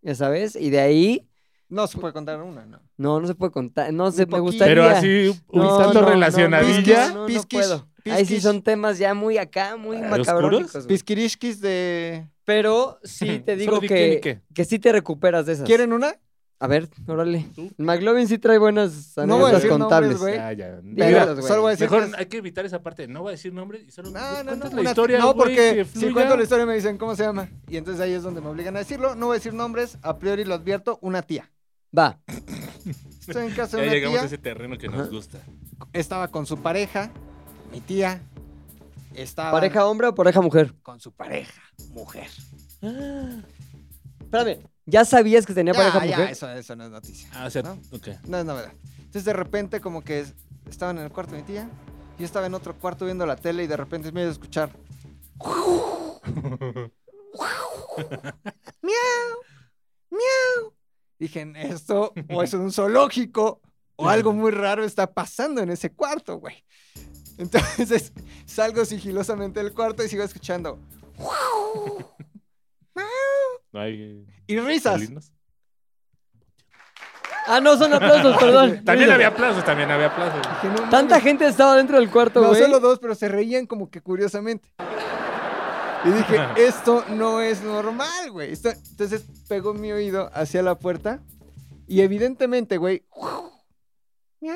S2: Ya sabes, y de ahí,
S4: No se puede contar una, ¿no?
S2: no, no se puede contar, no se me
S4: poquito.
S2: gustaría.
S3: Pero así, un
S2: No,
S3: tanto
S2: no, no,
S3: relacionadilla.
S2: No, no, no, no
S4: Pisquis,
S2: puedo. Ahí sí
S4: pisquis.
S2: son temas ya muy acá, muy
S3: ¿oscuros?
S2: macabrónicos. güey.
S4: Pisquirishkis de...
S2: Pero <laughs> sí te digo
S3: Solo di quién y
S2: que,
S3: qué.
S2: que sí te recuperas de esas.
S4: ¿Quieren una?
S2: A ver, órale.
S3: ¿Tú?
S2: McLovin sí trae buenas
S4: No voy a
S2: anécdotas
S4: decir nombres,
S2: contables.
S4: güey.
S3: Ya, ya.
S2: Mira,
S4: Pero solo voy a decir...
S3: Mejor
S4: que-
S3: hay que evitar esa parte. No voy a decir nombres y solo
S4: No, no, no,
S3: cuentas Pues la
S4: una-
S3: historia.
S4: no,
S3: güey,
S4: porque
S3: que
S4: si
S3: fluya.
S4: cuento la historia me dicen cómo se llama. Y entonces ahí es donde me obligan a decirlo. No voy a decir nombres, a priori lo advierto, una tía.
S2: Va.
S4: Ah, Estoy en
S3: <laughs>
S4: casa
S3: Ya
S4: de una
S3: llegamos
S4: tía.
S3: a ese terreno que
S2: Ajá.
S3: nos gusta.
S4: Estaba con su pareja, mi tía. Estaba
S2: ¿Pareja hombre o pareja mujer?
S4: con su pareja, mujer.
S2: Espérame. ¿Ya sabías que tenía pareja
S4: ya, ya,
S2: mujer?
S4: eso, eso no es noticia.
S3: Ah, o sea,
S4: ¿no?
S3: ok.
S4: No es novedad. Entonces de repente como que es- estaban en el cuarto de mi tía. Yo estaba en otro cuarto viendo la tele y de repente me iba a escuchar. <laughs> ¡Miau! ¡Miau! Dije, "En esto o es un zoológico o algo muy raro está pasando en ese cuarto, güey. Entonces <laughs> salgo sigilosamente del cuarto y sigo escuchando.
S3: No hay.
S4: Y risas.
S3: felinos.
S2: Ah, no, son aplausos, perdón.
S3: <laughs> También
S2: Mira,
S3: había aplausos, también había aplausos.
S4: Dije, "No mames".
S2: Tanta gente estaba dentro del cuarto,
S4: No,
S2: güey.
S4: solo dos, pero se reían como que curiosamente. Y dije, esto no es normal, güey. Esto- Entonces pegó mi oído hacia la puerta y evidentemente, güey, miau,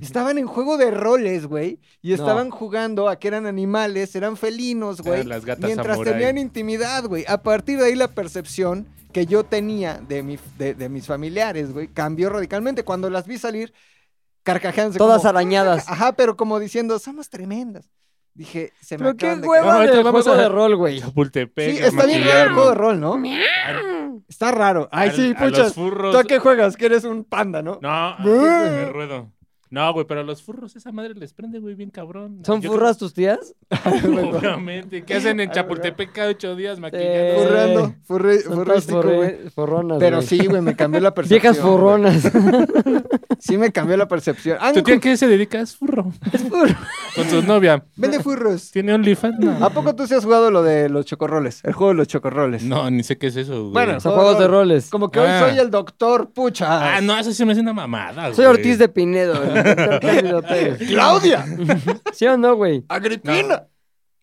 S4: estaban en juego de roles, güey, y estaban jugando a que eran animales, eran
S2: Ah,
S4: felinos, güey,
S3: Eran las gatas
S4: mientras
S3: samurái.
S4: tenían intimidad, güey. A partir de ahí la percepción que yo tenía de, mi, de, de mis familiares, güey, cambió radicalmente. Cuando las vi salir, carcajeándose
S2: Todas
S4: como, <laughs>
S2: arañadas.
S4: Ajá, pero como diciendo, somos tremendas. Dije, se me
S2: Pero qué
S4: acaban de
S2: hueva
S3: No,
S2: de
S3: ahorita vamos
S2: juego
S3: a-
S2: de rol, güey.
S3: Chapultepec.
S4: Sí, está bien raro el
S3: Amaquillarlo.
S4: juego de rol, ¿no? Está raro. Ay,
S3: Al-
S4: sí,
S3: a los
S4: puchas.
S3: furros.
S4: ¿Tú a qué juegas? Que eres un panda, ¿no?
S3: No, a-
S4: Brr.
S3: me ruedo. No, güey, pero a los furros esa madre les prende, güey, bien cabrón.
S2: ¿Son
S3: Yo-
S2: furras tus tías?
S3: Obviamente. ¿Qué hacen
S4: <laughs>
S3: en
S4: Ay,
S3: Chapultepec cada ocho días
S2: Eh,
S3: maquillando?
S4: Furreando, furri-
S2: Son todas
S4: furrístico, güey.
S2: forre- forronas,
S4: Pero
S2: güey.
S4: sí, güey, me cambió <laughs> la percepción.
S2: Viejas
S4: güey.
S2: forronas. <laughs>
S4: Sí, me cambió la percepción. Ah,
S3: ¿Tu tía qué se dedica? Es furro.
S2: Es furro. Ah,
S3: Con su novia.
S4: Vende furros.
S3: ¿Tiene OnlyFans?
S4: ¿A poco tú sí has jugado lo de los chocorroles? El juego de los chocorroles.
S3: No, ni sé qué es eso, güey.
S4: Bueno.
S2: Son juegos de roles.
S4: Como que hoy
S3: Ah.
S4: soy el doctor Pucha.
S3: Ah, no, eso sí me hace una mamada,
S2: Soy
S3: güey.
S2: Ortiz de Pinedo. <laughs> el doctor Plácido Ortega.
S4: ¡Claudia!
S2: ¿Sí o no, güey?
S4: ¡Agripina!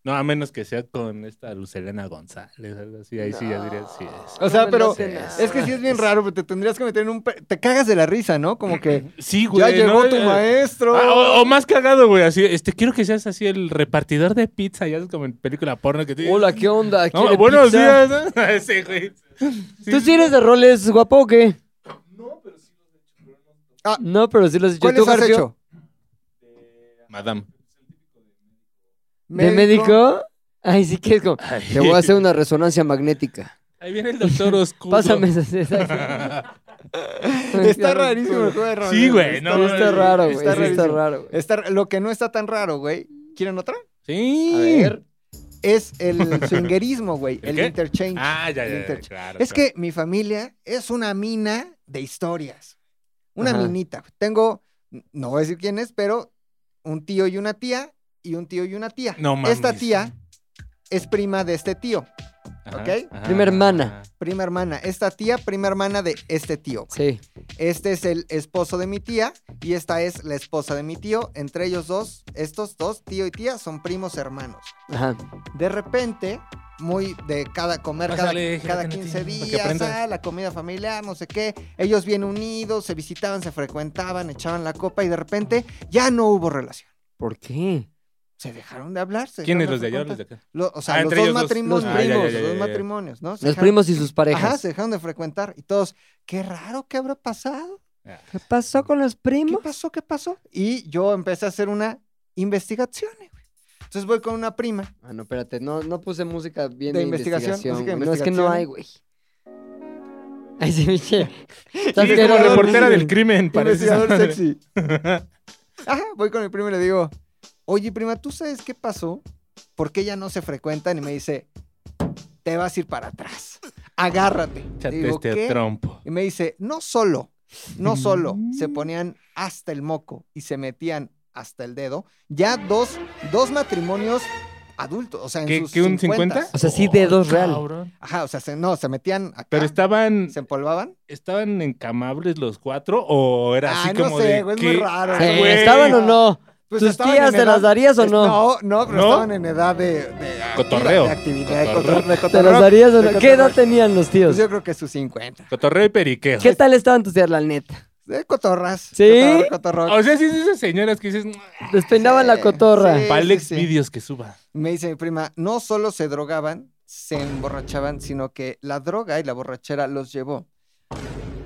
S3: No, a menos que sea con esta Lucelena González, algo así. Ahí sí ya diría, sí es.
S4: O
S2: No
S4: sea,
S2: me lo
S4: pero
S2: hacen nada.
S4: es que sí es bien raro, porque te tendrías que meter en un... pe- Te cagas de la risa, ¿no? Como que...
S3: Sí, güey.
S4: Ya llegó
S3: ¿no?
S4: tu
S3: Eh,
S4: maestro.
S3: ah, o, o más cagado, güey, así, este, quiero que seas así el repartidor de pizza, ya es como en película porno que te
S2: Hola, ¿qué onda?
S3: No,
S2: ¿Quiere
S3: buenos
S2: pizza?
S3: días, ¿no? <laughs> Ese, güey. Sí.
S2: ¿Tú sí eres de roles guapo o qué?
S4: Ah.
S2: No, pero sí los he hecho.
S4: ¿Cuáles
S2: ¿Tú,
S4: has
S2: Garfio?
S4: hecho?
S3: Madame.
S2: ¿De médico? Ay, sí que es como, te voy a hacer una resonancia
S3: <laughs>
S2: magnética.
S3: Ahí viene el doctor oscuro.
S2: Pásame esas. <laughs> esas-
S4: <laughs> Está rarísimo el juego de rol.
S3: Sí, güey, no.
S2: Está, está raro, güey.
S4: Está
S2: Está, está
S4: rarísimo.
S2: raro, güey.
S4: Está- lo que no está tan raro, güey. ¿Quieren otra?
S3: <laughs> Sí.
S2: A ver.
S4: Es
S3: <laughs>
S4: el swingerismo, güey.
S3: ¿El
S4: El,
S3: qué?
S4: interchange.
S3: Ah, ya,
S4: el
S3: ya, ya,
S4: interchange.
S3: claro.
S4: es que mi familia es una mina de historias. Una
S2: Ajá.
S4: minita. güey. Tengo, no voy a decir quién es, pero un tío y una tía y un tío y una tía.
S3: No mames.
S4: Esta tía es prima de este tío.
S3: Ajá,
S4: ¿ok?
S3: ajá,
S2: Prima hermana.
S3: ajá.
S4: Prima hermana. Esta tía, prima hermana de este tío.
S2: Sí.
S4: Este es el esposo de mi tía y esta es la esposa de mi tío. Entre ellos dos, estos dos, tío y tía, son primos hermanos.
S2: Ajá.
S4: De repente, muy de cada comer
S3: Pásale,
S4: cada, cada
S3: gelatina,
S4: 15
S3: para que
S4: días,
S3: aprendas.
S4: ah, la comida familiar, no sé qué. Ellos bien unidos, se visitaban, se frecuentaban, echaban la copa y de repente ya no hubo relación.
S2: ¿Por qué?
S4: Se dejaron de hablar. se
S3: ¿Quiénes
S4: dejaron
S3: los de
S4: de
S3: allá o los de
S4: frecuentar.
S3: acá?
S4: Lo- o sea,
S3: Ah,
S4: los
S3: entre
S4: dos
S3: ellos dos.
S4: matrimonios,
S2: Los
S4: los primos,
S3: primos. Ah, ya, ya,
S4: los
S3: ya,
S4: dos
S3: ya, ya.
S4: matrimonios, ¿no? Se
S2: Los
S4: dejaron-
S2: primos y sus parejas.
S4: Ajá, se dejaron de frecuentar. Y todos, qué raro, ¿qué habrá pasado?
S2: ¿Qué pasó con los
S4: ¿Qué
S2: primos?
S4: pasó? ¿Qué pasó? Y yo empecé a hacer una investigación. güey. Entonces voy con una prima.
S2: Ah, no, espérate, no, no puse música bien
S4: De
S2: de,
S4: investigación,
S2: investigación.
S4: música de
S2: güey. No, es que no
S4: investigación.
S2: hay, güey. <laughs> Ay, sí, Michelle. Estás
S3: Eres como
S2: quedando-
S3: reportera del crimen, parece.
S4: Investigador sexy. Ajá, voy con mi prima y le digo, oye, prima, ¿tú sabes qué pasó? ¿Por qué ya no se frecuentan? Y me dice, te vas a ir para atrás. Agárrate.
S3: Échate
S4: Digo,
S3: este
S4: "¿Qué?".
S3: trompo.
S4: Y me dice, no solo, no solo, se
S2: Mm.
S4: ponían hasta el moco y se metían hasta el dedo, ya dos, dos matrimonios adultos, o sea, en
S3: ¿Qué-
S4: sus
S3: qué, un
S4: 50?
S3: 50?
S2: O sea, sí, dedos real.
S4: Ajá, o sea, se- no, se metían acá,
S3: Pero estaban,
S4: se empolvaban.
S3: estaban encamables los cuatro o era así
S4: Ay, no
S3: como
S4: sé,
S3: de
S4: güey, es
S3: ¿qué?
S4: muy raro.
S2: Sí,
S3: güey.
S2: ¿Estaban o no?
S4: Pues
S2: ¿Tus
S4: estaban
S2: tías
S4: en
S2: te las
S4: edad-
S2: darías o
S4: es-
S2: no?
S4: No, no, pero
S3: ¿No?
S4: estaban en edad de... de activa,
S3: Cotorreo.
S4: De actividad, de
S3: Cotorreo.
S4: cotor- de
S2: ¿Te
S4: cotorreo.
S2: las darías o no?
S4: de
S2: ¿Qué edad
S4: cotorreo.
S2: tenían los tíos?
S4: Pues yo creo que sus 50.
S3: Cotorreo y periqueo.
S2: ¿Qué tal estaban tus tías, la neta?
S4: De cotorras.
S2: ¿Sí?
S4: cotorro, cotorro.
S3: O sea, sí, sí, esas señoras que dices,
S2: Despeinaban la
S4: Sí,
S2: cotorra.
S4: sí.
S3: Palex vídeos que suba.
S4: Me dice mi prima, no solo se drogaban, se emborrachaban, sino que la droga y la borrachera los llevó.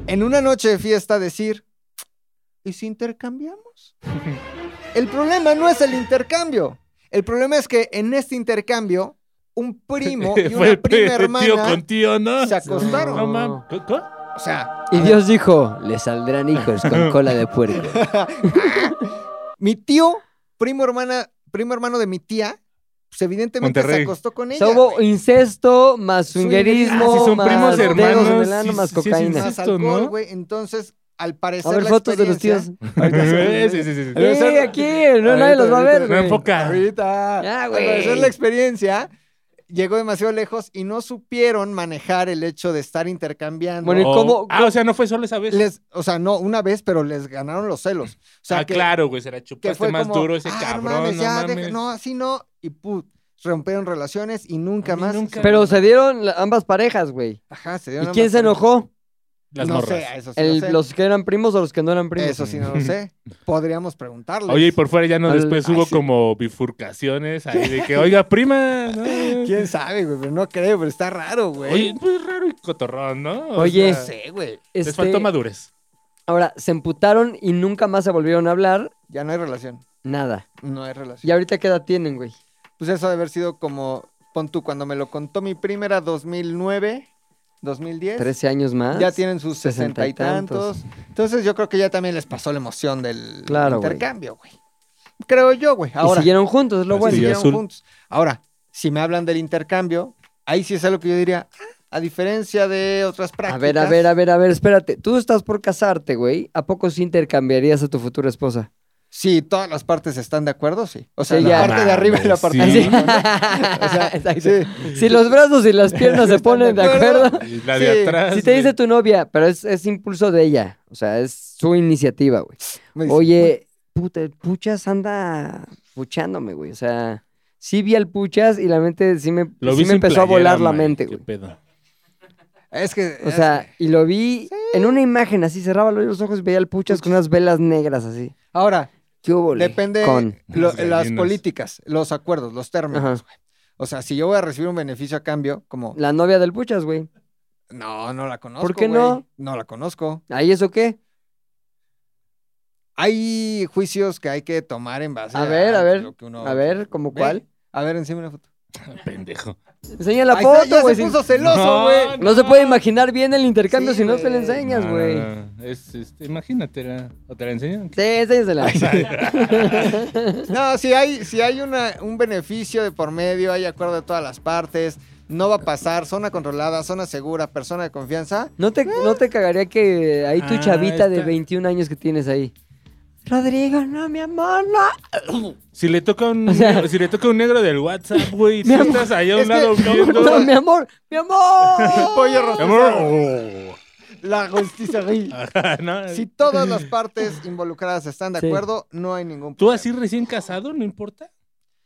S4: En una noche de fiesta decir, ¿y si
S3: <laughs>
S4: intercambiamos? el problema no es el intercambio. El problema es que en este intercambio, un
S3: <laughs>
S4: primo y
S3: Fue
S4: una prima
S3: el tío con
S4: hermana
S3: tío, ¿no?
S4: se acostaron.
S3: No mames. ¿Qué- qué?
S4: O sea,
S2: Y Dios dijo, le saldrán hijos con cola de puerco.
S4: mi tío, primo hermana, primo hermano de mi tía, pues evidentemente se
S3: Monterrey.
S4: acostó con
S2: O
S4: ella.
S2: sea, hubo
S4: güey.
S2: incesto, más swingerismo,
S3: Ah, si son
S2: más
S3: primos
S2: dedos en
S3: hermanos,
S2: el ano,
S3: sí,
S2: más
S3: sí, sí, sí,
S2: cocaína.
S4: Más
S3: Insisto,
S4: alcohol,
S3: ¿no?
S4: güey. Entonces, al parecer
S2: A ver,
S4: la
S2: fotos de los tíos.
S4: experiencia- <laughs>
S3: Sí, sí, sí, sí.
S4: Debe
S2: Sí,
S4: ser-
S2: aquí, no, nadie los va a ver.
S3: No
S2: güey.
S3: enfoca.
S4: Ahorita.
S2: Ya,
S4: Al
S2: güey.
S4: parecer la experiencia llegó demasiado lejos y no supieron manejar el hecho de estar intercambiando.
S2: Bueno, ¿y
S3: O-
S2: cómo-
S3: Ah, o sea, no fue solo esa vez.
S4: Les- o sea, no, una vez, pero les ganaron los celos. O sea,
S3: ah,
S4: que,
S3: claro, güey, se la
S4: que
S3: chupaste
S4: fue
S3: más
S4: como,
S3: duro ese
S4: "Ah, no
S3: cabrón,
S4: mames,
S3: no
S4: ya,
S3: mames.
S4: deja- no, así no. Y put, rompieron relaciones y nunca
S3: A mí
S4: más.
S3: nunca.
S2: Pero se dieron la- ambas parejas, güey.
S4: Ajá, se
S2: ¿Y
S4: dieron
S2: quién
S4: ambas
S2: se
S4: cuenta.
S2: enojó?
S3: Las
S4: no
S3: morras.
S4: sé, eso sí no
S2: El-
S4: sé.
S2: ¿Los que eran primos o los que no eran primos?
S4: Eso sí no lo sé. Podríamos preguntarle.
S3: Oye, y por fuera ya no,
S2: Al-
S3: después
S2: ay,
S3: hubo
S2: sí.
S3: como bifurcaciones ahí
S4: <laughs>
S3: de que, oiga, prima. ¿no?
S4: ¿Quién sabe, güey? Pero no creo, pero está raro, güey.
S3: Oye, muy raro y cotorrón, ¿no? O
S2: Oye,
S3: sea,
S4: sé, güey.
S3: les
S2: Este,
S3: faltó madurez.
S2: ahora, se emputaron y nunca más se volvieron a hablar.
S4: Ya no hay relación.
S2: Nada.
S4: No hay relación.
S2: ¿Y ahorita qué edad tienen, güey?
S4: Pues eso ha de haber sido como, pon tú, cuando me lo contó mi prima era 2009, 2010.
S2: 13 años más.
S4: Ya tienen sus
S2: Sesenta
S4: sesenta
S2: y
S4: y tantos. Entonces yo creo que ya también les pasó la emoción del
S2: Claro, güey.
S4: intercambio, güey. Creo yo, güey.
S2: Y
S4: Ahora,
S2: siguieron juntos, es lo
S3: Así
S2: bueno.
S3: es.
S4: siguieron
S3: azul.
S4: juntos. Ahora, si me hablan del intercambio, ahí sí es algo que yo diría, ah, a diferencia de otras
S2: A
S4: prácticas.
S2: ver, a ver, a ver, a ver, espérate. Tú estás por casarte, güey. ¿A poco sí intercambiarías a tu futura esposa?
S4: Sí, todas las partes están de acuerdo, sí. O sea,
S2: Sí,
S4: la
S2: ya.
S4: parte de arriba y la parte
S3: Sí.
S4: de
S2: Así.
S4: <laughs> abajo. O sea,
S2: <laughs> Exacto.
S4: sí.
S2: Si los brazos y las piernas se
S4: ¿Están
S2: ponen de
S4: de acuerdo? <laughs>
S2: acuerdo.
S3: Y
S2: <laughs>
S3: La de
S4: sí,
S3: atrás.
S2: Si te
S3: güey.
S2: dice tu novia, pero es, es impulso de ella. O sea, es su iniciativa, güey.
S4: Me dice,
S2: Oye, puta, el Puchas anda puchándome, güey. O sea, sí vi al Puchas y la mente sí me,
S3: Lo
S2: sí
S3: vi
S2: me
S3: sin
S2: empezó a
S3: playera,
S2: volar la
S3: man,
S2: mente,
S3: qué
S2: güey.
S3: pedo. <laughs>
S4: Es que.
S2: O sea, y lo vi en una imagen así, cerraba los ojos y veía al Puchas con unas velas negras así.
S4: Ahora,
S2: ¿Qué hubo, le?
S4: depende
S2: Con...
S4: lo-
S3: Las
S4: las,
S3: gallinas.
S4: políticas, los acuerdos, los términos.
S2: Ajá.
S4: güey. O sea, si yo voy a recibir un beneficio a cambio, como.
S2: La novia del Puchas, güey.
S4: No, no la conozco.
S2: ¿Por qué
S4: güey.
S2: no?
S4: No la conozco.
S2: ¿Ahí eso qué?
S4: Hay juicios que hay que tomar en base
S2: A ver, a ver,
S4: lo que uno-
S2: A ver, ¿como
S4: Ve,
S2: cuál?
S4: A ver, encima una foto.
S3: Pendejo.
S2: Enseña la
S4: Ahí está,
S2: foto,
S4: ya
S2: güey.
S4: se
S2: si-
S4: puso celoso,
S3: No,
S4: güey.
S3: no.
S2: No se puede imaginar bien el intercambio
S4: Sí,
S2: si no se le
S4: güey.
S2: enseñas,
S3: No,
S2: güey.
S3: no, es, este, imagínatela. ¿O te la enseñan?
S2: Sí, enséñasela.
S4: No, si hay, si hay una, un beneficio de por medio, hay acuerdo de todas las partes, no va a pasar, zona controlada, zona segura, persona de confianza.
S2: ¿No te, no te cagaría que ahí tu
S3: Ah,
S2: chavita de
S3: está.
S2: 21 años que tienes ahí Rodrigo, no, mi amor, no.
S3: Si le toca
S2: <laughs>
S3: un,
S2: O sea-
S3: si le toca un negro del WhatsApp,
S2: <laughs>
S3: güey, tú
S2: Mi amor,
S3: estás allá a
S4: es
S3: un
S4: que-
S3: lado viendo.
S2: No, <laughs> mi amor, mi amor.
S4: Pollo
S3: Mi amor, oh.
S4: rostizado. La justicia.
S2: Ah,
S3: Ajá, <laughs> no.
S4: Si todas las partes involucradas están de
S2: Sí.
S4: acuerdo, no hay ningún
S3: ¿Tú
S4: problema.
S3: así recién casado? ¿No importa?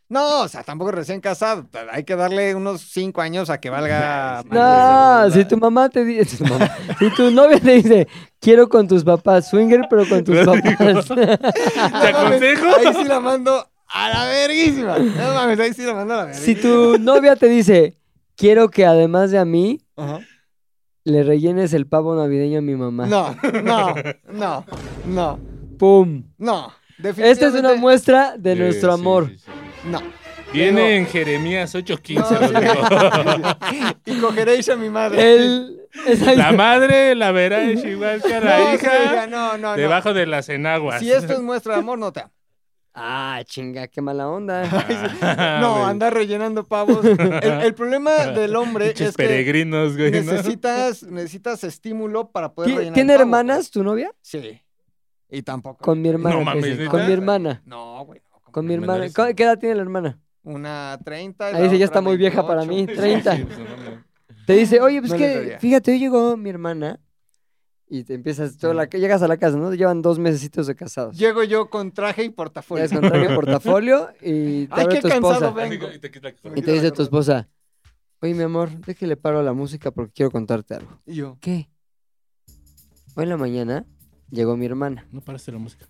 S4: No, o sea, tampoco recién casado. Hay que darle unos cinco años a que valga.
S2: <laughs> No, si tu mamá te dice, tu mamá, <laughs> si tu novia te dice, quiero con tus papás, swinger, pero con tus papás.
S3: <laughs> ¿Te aconsejo?
S4: Ahí sí la mando a la verguísima. No mames, ahí sí la mando a la verguísima.
S2: si tu novia te dice, quiero que además de a mí, le rellenes el pavo navideño a mi mamá.
S4: No, no, no, no,
S2: ¡Pum!
S4: no. Definitivamente.
S2: Esta es una muestra de
S3: Sí,
S2: nuestro
S3: sí,
S2: amor.
S3: sí, sí.
S4: No.
S3: Viene
S4: Pero-
S3: en Jeremías
S2: <laughs>
S4: No,
S3: 8:15.
S4: sí.
S3: Rodrigo.
S4: y cogeréis a mi madre.
S2: El... <laughs> Exacto.
S3: La madre la verá es igual que a la
S4: No, sí,
S3: hija
S4: hija, no, no, no.
S3: debajo de las enaguas. <laughs>
S4: Si esto es <laughs> muestra de amor, no te amo.
S2: Ah, chinga, qué mala onda.
S3: <laughs> Ah,
S4: No, andar rellenando pavos. El,
S3: <laughs>
S4: el problema del hombre
S3: Pinches
S4: es que
S3: peregrinos, güey. ¿no?
S4: necesitas, necesitas estímulo para poder
S2: ¿Ti-
S4: rellenar.
S2: ¿Tiene
S4: el pavo,
S2: hermanas tu novia?
S4: güey. Sí. Y tampoco.
S2: Con mi hermana.
S3: No mames,
S2: que sí,
S3: ¿neta?
S2: con mi hermana.
S4: No, güey. no, ¿cómo?
S2: Con mi hermana.
S3: Menores.
S2: ¿Cu- ¿Qué edad tiene la hermana?
S4: Una 30.
S2: Ahí sí ya está muy vieja para mí. 30.
S3: Sí, pues, no mames.
S2: Te dice, oye, pues
S4: No le
S2: que,
S4: sabía.
S2: fíjate, hoy llegó mi hermana. Y te empiezas, toda la, llegas a la casa, ¿no? Llevan dos mesecitos de casados.
S4: <laughs> Llego yo con traje y portafolio.
S2: Llegas con traje
S3: <laughs>
S2: y portafolio y te
S4: Ay,
S2: abre
S4: qué
S2: tu
S4: cansado
S2: esposa.
S4: vengo.
S3: Así que- y te quita-
S2: Y te dice tu esposa, oye, mi amor, déjale paro a la música porque quiero contarte algo.
S4: Y yo.
S2: ¿Qué? Hoy en la mañana llegó mi hermana.
S3: No paraste la música.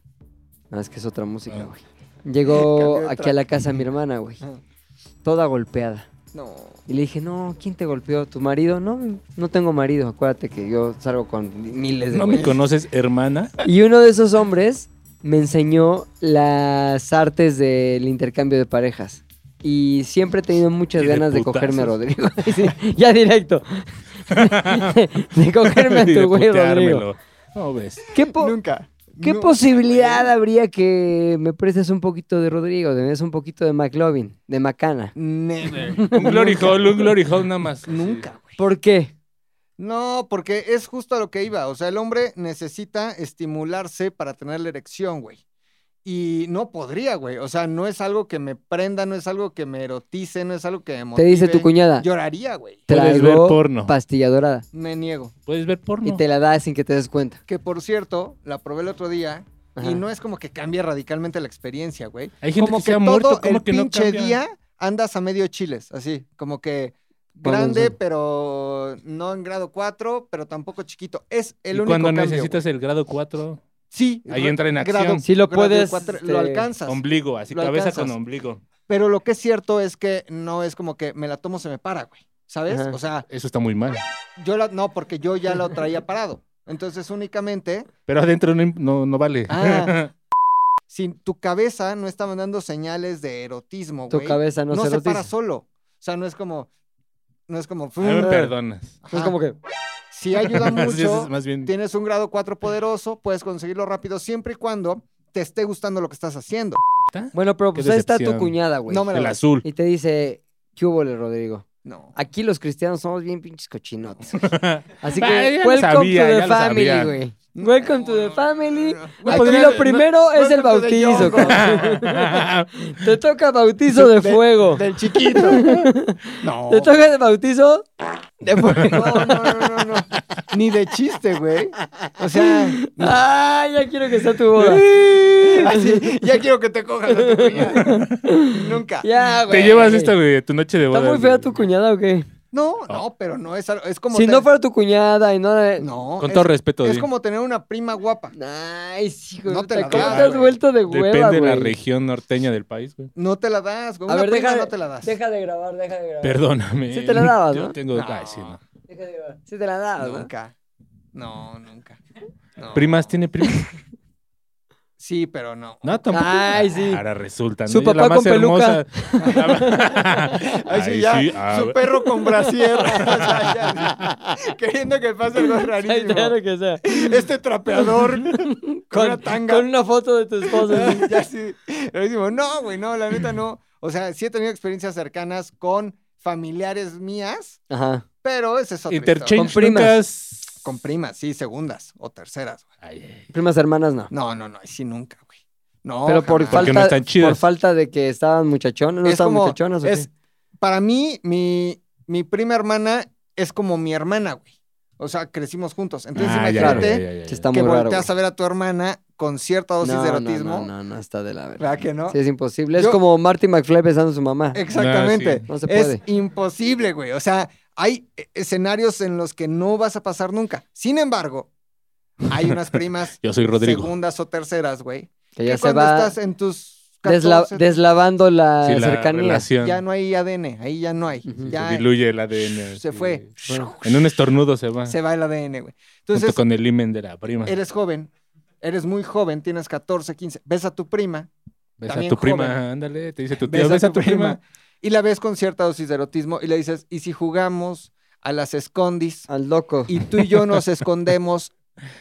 S2: No, es que es otra música,
S3: Ah.
S2: güey.
S4: <laughs> Cambió
S2: Llegó
S4: de
S2: aquí a la casa mi hermana, güey.
S4: Ah.
S2: Toda golpeada.
S4: No.
S2: Y le dije, no, ¿quién te golpeó? ¿Tu marido? No, no tengo marido. Acuérdate que yo salgo con miles de
S3: ¿No me
S2: güeyes.
S3: conoces, hermana?
S4: <laughs>
S2: Y uno de esos hombres me enseñó las artes del intercambio de parejas. Y siempre he tenido muchas
S3: Y de
S2: ganas de,
S3: putazos.
S2: cogerme a Rodrigo. <laughs> Sí, ya
S3: <laughs>
S2: directo. de cogerme a
S3: Y de
S2: tu güey, Rodrigo.
S3: puteármelo. No ves.
S2: ¿Qué, po-
S4: Nunca.
S2: qué
S4: Nu-
S2: posibilidad habría que me prestes un poquito de Rodrigo, de me des un poquito de McLovin, de Macana?
S4: Never.
S3: Un glory hole, un glory hole nada más.
S4: Nunca, güey.
S2: ¿Por qué?
S4: No, porque es justo a lo que iba. O sea, el hombre necesita estimularse para tener la erección, güey. Y no podría, güey. O sea, no es algo que me prenda, no es algo que me erotice, no es algo que me
S2: Te
S4: motive.
S2: dice tu cuñada,
S4: Lloraría, güey.
S3: Puedes ver
S2: traigo
S3: porno.
S2: pastilla dorada.
S4: Me niego.
S3: Puedes ver porno.
S2: Y te la da sin que te des cuenta.
S4: Que por cierto, la probé el otro día
S2: Ajá.
S4: y
S2: <laughs>
S4: no es como que cambie radicalmente la experiencia, güey.
S3: Hay gente
S4: como
S3: que se ha
S4: todo
S3: muerto, ¿cómo
S4: el
S3: que no
S4: pinche
S3: cambia?
S4: día andas a medio chiles, así, como que
S2: Cuando
S4: grande,
S2: son-
S4: pero no en grado 4, pero tampoco chiquito. Es el
S3: y
S4: único
S3: cuando
S4: cambio,
S3: necesitas el grado 4,
S4: güey. Sí.
S3: ahí
S4: gra-
S3: entra en
S4: grado-
S3: acción.
S2: Sí lo
S4: grado
S2: puedes,
S4: cuatro,
S2: este,
S4: Lo alcanzas.
S3: Ombligo, así,
S4: Lo
S3: cabeza
S4: alcanzas.
S3: con ombligo.
S4: Pero lo que es cierto es que no es como que me la tomo, se me para, güey. ¿Sabes?
S2: Ajá.
S4: O sea,
S3: Eso está muy mal.
S4: yo la... No, porque yo ya lo
S2: <laughs>
S4: traía parado. Entonces únicamente
S3: Pero adentro no, no, no vale.
S4: Ah. si tu cabeza no está mandando señales de erotismo,
S2: Tu
S4: güey.
S2: cabeza
S4: no,
S2: no, se
S4: se
S2: erotiza.
S4: para solo. O sea, no es como. No Ah, es como.
S3: Ahí me
S4: "Fu".
S3: perdonas.
S2: No es como que...
S3: <laughs>
S4: Si ayuda
S3: Así es,
S4: mucho,
S3: es más bien.
S4: tienes un grado 4 poderoso, puedes conseguirlo rápido siempre y cuando te esté gustando lo que estás haciendo.
S2: Bueno, pero
S3: Qué
S2: pues ahí está tu
S3: decepción.
S2: cuñada, güey.
S4: No me
S3: El
S4: la.
S3: azul.
S2: Y te dice, ¿qué hubo, le, Rodrigo?
S4: No.
S2: Aquí los cristianos somos bien pinches cochinotes.
S3: <laughs>
S2: güey. Así que,
S3: Ah, ya lo
S2: welcome
S3: sabía,
S2: to
S3: ya
S2: the
S3: lo
S2: family,
S3: sabía.
S2: güey. Welcome to
S4: No,
S2: the
S4: no,
S2: family.
S4: no, no, no.
S2: Aquí
S3: podría-
S2: lo
S3: no,
S2: primero es el
S4: welcome to the
S2: bautizo,
S4: jungle. <laughs>
S2: cabrón. <laughs> Te toca bautizo de
S4: De-
S2: fuego.
S4: Del chiquito.
S2: <laughs>
S4: No.
S2: Te toca de bautizo.
S4: De fuego. No, no, no, no, no. Ni de chiste, güey. O sea,
S2: Ay, ya quiero que sea tu boda.
S4: <laughs> así, ya quiero que te cojas a tu cuñada. Nunca.
S2: Ya, güey.
S3: <laughs> Te llevas esta de tu noche de boda.
S2: ¿Está muy fea tu cuñada o qué?
S4: No, no, pero no es algo. Es como.
S2: Si
S4: te-
S2: no fuera tu cuñada y no... la-
S4: No.
S3: Con
S4: es-
S3: todo respeto,
S4: Es
S3: di.
S4: como tener una prima guapa.
S2: Ay, sí, güey.
S4: No te la
S2: ¿Cómo
S4: das,
S2: te has
S4: güey.
S2: vuelto de hueva,
S3: Depende de la
S2: güey?
S3: región norteña del país, güey.
S4: No te la das, güey.
S2: A
S4: Una
S2: ver,
S4: prima
S2: deja,
S4: no te la das.
S2: deja de grabar, deja de grabar.
S3: Perdóname.
S2: Sí te la dabas,
S3: Yo
S2: ¿no?
S3: tengo...
S4: No.
S3: Ay, sí, no.
S2: Deja de ¿eh? grabar. Sí te la dabas, ¿no?
S4: Nunca. No, nunca. No.
S3: ¿Primas tiene primas?
S4: Sí, pero no.
S3: No, tampoco.
S2: Ay, sí.
S3: Ahora resulta. ¿no?
S2: Su
S3: Yo la
S2: papá
S3: más
S2: con peluca. <laughs>
S3: hermosa.
S4: Ay, sí, ya.
S3: ah,
S4: su perro
S3: <laughs>
S4: con brasier. <laughs> O sea, ya, sí. Queriendo que pase algo
S2: Ay,
S4: rarísimo.
S2: claro que sea.
S4: Este trapeador
S2: <laughs>
S4: con una
S2: Con,
S4: tanga.
S2: con una foto de tu esposa. sí.
S4: <laughs> ya sí. Rarísimo. No, güey, no, la neta no. O sea, sí he tenido experiencias cercanas con familiares mías,
S2: Ajá.
S4: pero ese es otro.
S3: Interchange
S2: Con primas.
S3: primas.
S4: Con primas, sí, segundas o terceras. güey.
S3: Ay, ay.
S2: Primas hermanas, no.
S4: No, no, no, ahí sí nunca, güey. No,
S2: Pero por
S4: jamás.
S3: Porque no
S2: falta,
S3: están chidas.
S2: por falta de que estaban muchachones, no
S4: Es
S2: estaban
S4: como-
S2: muchachonas. ¿o qué?
S4: es- Para mí, mi, mi prima hermana es como mi hermana, güey. O sea, crecimos juntos. Entonces
S3: Ah, ya, ya,
S4: imagínate
S3: ya, ya, ya,
S2: Sí,
S3: ya.
S2: está
S4: que
S2: muy raro.
S4: volteas
S2: güey.
S4: a ver a tu hermana con cierta dosis
S2: no,
S4: de
S2: no,
S4: erotismo.
S2: No, no, no, está de la verga.
S4: ¿Verdad que no?
S2: Sí, es imposible. Es
S4: Yo-
S2: como Marty McFly besando a su mamá.
S4: Exactamente.
S3: Ah, sí.
S2: No se
S4: Es
S2: puede.
S4: imposible, güey. O sea, hay eh, escenarios en los que no vas a pasar nunca. Sin embargo,
S3: <laughs>
S4: hay unas primas
S3: Yo soy Rodrigo.
S4: segundas o terceras, güey.
S2: Que ya
S4: que
S2: se
S4: cuando
S2: va
S4: estás en tus
S2: desla-
S4: 14,
S2: deslavando la
S3: Sí, la
S2: cercanía.
S3: relación
S4: ya no hay ADN, ahí ya no hay.
S2: Ujú.
S4: Ya
S3: se diluye el ADN.
S4: se
S3: sí.
S4: fue.
S2: Bueno,
S3: En un estornudo se va.
S4: se va el ADN, güey.
S3: junto
S4: Entonces,
S3: con el himen de la prima.
S4: eres joven, eres muy joven, tienes 14, 15, ves a tu prima,
S3: Ves a
S4: también
S3: tu
S4: joven.
S3: prima, ándale, te dice tu tía, ves a tu prima.
S4: y la ves con cierta dosis de erotismo y le dices, ¿y si jugamos a las escondis?
S2: al loco.
S4: y tú y yo nos escondemos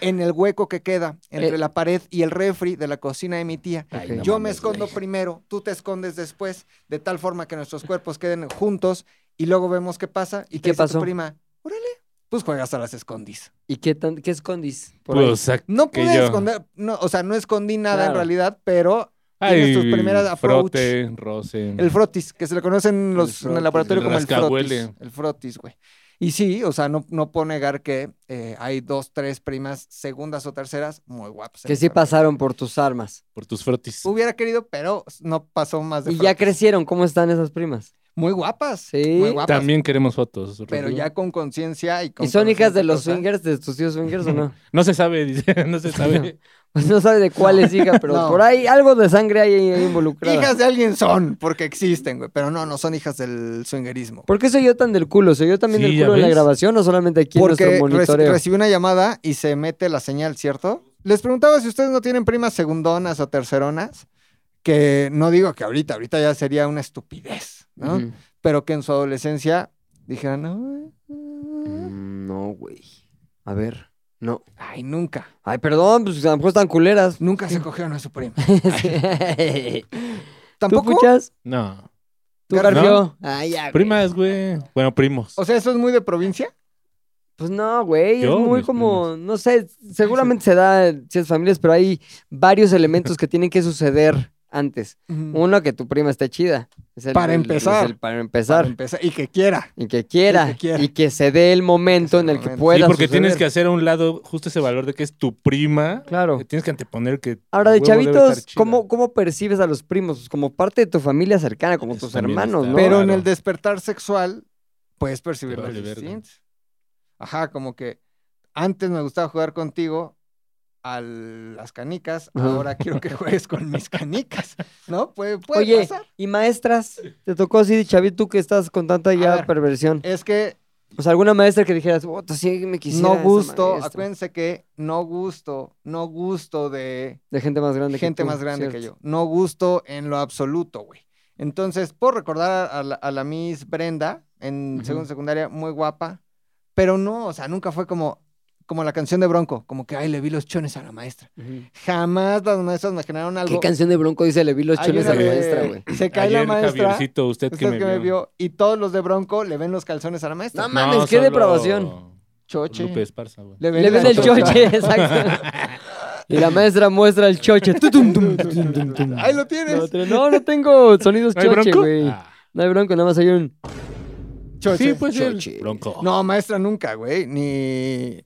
S4: en el hueco que queda entre
S2: Eh.
S4: la pared y el refri de la cocina de mi tía.
S2: Ay,
S3: no
S4: yo me
S3: mames,
S4: escondo
S3: güey.
S4: primero, tú te escondes después, de tal forma que nuestros cuerpos queden juntos y luego vemos qué pasa. ¿Y
S2: ¿Qué
S4: qué pasa
S2: pasó?
S4: tu prima? Órale, pues juegas a las escondis.
S2: ¿Y qué, tan, qué escondís? por ahí?
S3: Pues, o sea,
S4: No
S3: que
S4: pude
S3: yo-
S4: esconder, no, o sea, no escondí nada
S2: Claro.
S4: en realidad, pero
S3: Ay,
S4: tienes tus primeras approach.
S3: frote, roce.
S4: el frotis, que se le conoce en, los, en
S2: frotis,
S4: el
S3: Mm.
S4: laboratorio
S3: el
S4: como el frotis.
S3: rascahuele.
S4: El frotis, güey. Y sí, o sea, no, no puedo negar que eh, hay dos, tres primas, segundas o terceras, muy guapas. en
S2: que
S4: el
S2: sí
S4: frotis.
S2: pasaron por tus armas.
S3: por tus frotis.
S4: Pues, Hubiera querido, pero no pasó más de
S2: Y ya
S4: frotis.
S2: crecieron. ¿Cómo están esas primas?
S4: Muy guapas.
S2: Sí.
S4: Muy guapas.
S3: También queremos fotos.
S4: Pero
S3: Rodrigo.
S4: ya con conciencia y con.
S2: ¿Y son hijas de
S4: conocimiento,
S2: los
S4: o sea,
S2: swingers, de tus tíos swingers <laughs> o no?
S3: No se sabe, <laughs> dice, no se sabe.
S2: Pues no sabe de cuál es hija, pero
S4: No.
S2: por ahí algo de sangre hay ahí involucrada.
S4: Hijas de alguien son, porque existen, güey. Pero no, no son hijas del swingerismo.
S2: ¿Por qué soy yo tan del culo? ¿Soy yo también
S3: Sí,
S2: del
S3: ya
S2: culo en la
S3: ves.
S2: grabación o solamente aquí en
S4: Porque
S2: nuestro
S4: reci-
S2: monitoreo?
S4: recibí una llamada y se mete la señal, ¿cierto? Les preguntaba si ustedes no tienen primas segundonas o terceronas, que no digo que ahorita, ahorita ya sería una estupidez, ¿no?
S2: Ujú.
S4: Pero que en su adolescencia dijeran, "Ay, ay,
S2: Mm, No, güey. A ver. No.
S4: ay, nunca,
S2: Ay, perdón, pues a lo mejor están culeras. <laughs>
S4: nunca se cogieron a su prima.
S2: ¿Tú
S4: Tampoco,
S2: puchas?
S3: No.
S2: ¿Tú,
S4: ¿No?
S2: Garfio? Ay, ya, güey.
S3: Primas, güey. Bueno, primos.
S4: o sea, eso es muy de provincia.
S2: Pues no, güey, es
S3: Yo,
S2: muy
S3: mis
S2: como, no sé, seguramente se da en ciertas familias, pero hay varios elementos que tienen que suceder antes.
S3: Mm.
S2: Uno, que tu prima esté chida. Es el-
S4: Para
S2: el-
S4: empezar.
S2: es el para
S4: Para
S2: empezar.
S3: em-
S4: empezar, y que quiera.
S2: Y que quiera.
S4: Y que quiera.
S2: Y que se dé el momento en el que
S4: Exactamente.
S2: pueda
S3: Sí, porque
S2: suceder.
S3: tienes que hacer a un lado justo ese valor de que es tu prima.
S2: Claro.
S3: que Tienes que anteponer que.
S2: Ahora, de
S3: huevo debe
S2: chavitos,
S3: estar chida.
S2: ¿cómo, ¿cómo percibes a los primos? Pues como parte de tu familia cercana, como
S3: Eso
S2: tus
S3: también
S2: hermanos,
S3: está
S2: ¿no?
S4: Pero en
S3: Claro.
S4: el despertar sexual puedes percibirlo
S3: vale verga.
S4: distinto. Ajá, como que antes me gustaba jugar contigo a las canicas,
S2: Ajá.
S4: ahora quiero que juegues con mis canicas, ¿no? Puede, puede
S2: Oye.
S4: pasar.
S2: Y maestras, te tocó así de chavito que estás con tanta ya
S4: ver.
S2: perversión.
S4: Es que
S2: O sea, alguna maestra que dijeras, oh, sí me quisiera.
S4: no
S2: esa
S4: gusto,
S2: maestra".
S4: acuérdense que no gusto, no gusto de
S2: De gente más grande que
S4: gente
S2: tú,
S4: más grande que yo.
S2: ¿cierto?
S4: No gusto en lo absoluto, güey. Entonces, puedo recordar a la, a la Miss Brenda en
S2: Ujú.
S4: segundo de secundaria, muy guapa, pero no, o sea, nunca fue como, como la canción de Bronco, como que, ay, le vi los chones a la maestra. Jamás las maestras me generaron
S2: ¿Qué
S4: algo.
S2: canción de Bronco dice Le vi los
S4: Hay
S2: chones
S4: una
S2: a la
S4: de-
S2: maestra, güey?
S4: Se cae la
S3: Ayer,
S4: maestra, usted
S3: Javiercito, usted,
S4: que, me vio, y todos los de Bronco le ven los calzones a la maestra.
S2: No mames, qué
S3: solo
S2: depravación.
S4: Choche.
S3: Lupe Esparza, güey.
S4: Le ven,
S2: Le ven
S4: la
S2: el
S4: chocha.
S2: choche, <laughs> exacto. Y la maestra muestra el choche. Tu, tum, tum, tu, tum, tum, tum.
S4: <laughs> Ahí lo tienes.
S2: No, te- no, no tengo sonidos
S3: ¿No hay
S2: choche,
S3: bronco?
S2: güey.
S3: Ah,
S2: No hay bronco, nada más hay un...
S4: Choche.
S3: sí, pues el
S2: Choche.
S3: bronco.
S2: <laughs>
S4: No, maestra nunca, güey. Ni.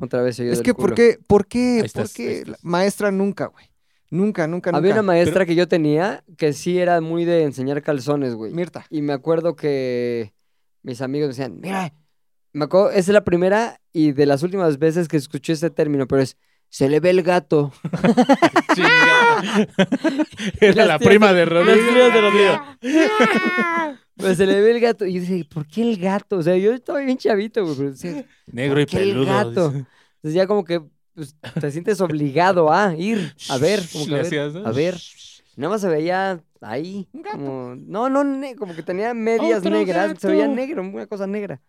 S2: Otra vez oído
S4: Es
S2: del
S4: que, ¿por
S2: culo.
S4: qué? ¿Por qué?
S3: Ahí estás,
S4: ¿Por
S3: ahí
S4: qué?
S3: estás.
S4: La- Maestra nunca, güey. Nunca, nunca, nunca.
S2: Había una maestra que yo tenía que sí era muy de enseñar calzones, güey.
S4: Mirta.
S2: Y me acuerdo que mis amigos decían, mira, me acuerdo, esa es la primera y de las últimas veces que escuché este término, pero es, se le ve el gato. <laughs>
S3: Chinga. Era
S2: Las
S3: la
S2: tías
S3: prima de Rodrigo.
S2: las tías de Rodrigo. Pues se le ve el gato. Y yo dije, ¿por qué el gato? O sea, yo estaba bien chavito, güey. Pero decía,
S3: Negro y
S2: ¿por qué el
S3: peludo.
S2: gato?
S3: dice.
S2: Entonces ya como que pues, te sientes obligado a ir,
S3: <laughs>
S2: a ver, como que
S3: Le
S2: a ver.
S3: hacías, ¿no?
S2: a ver. Nada más se veía ahí. Como, no, no, ne- como que tenía medias
S3: Otro
S2: negras. Se veía
S3: gato.
S2: negro, una cosa negra.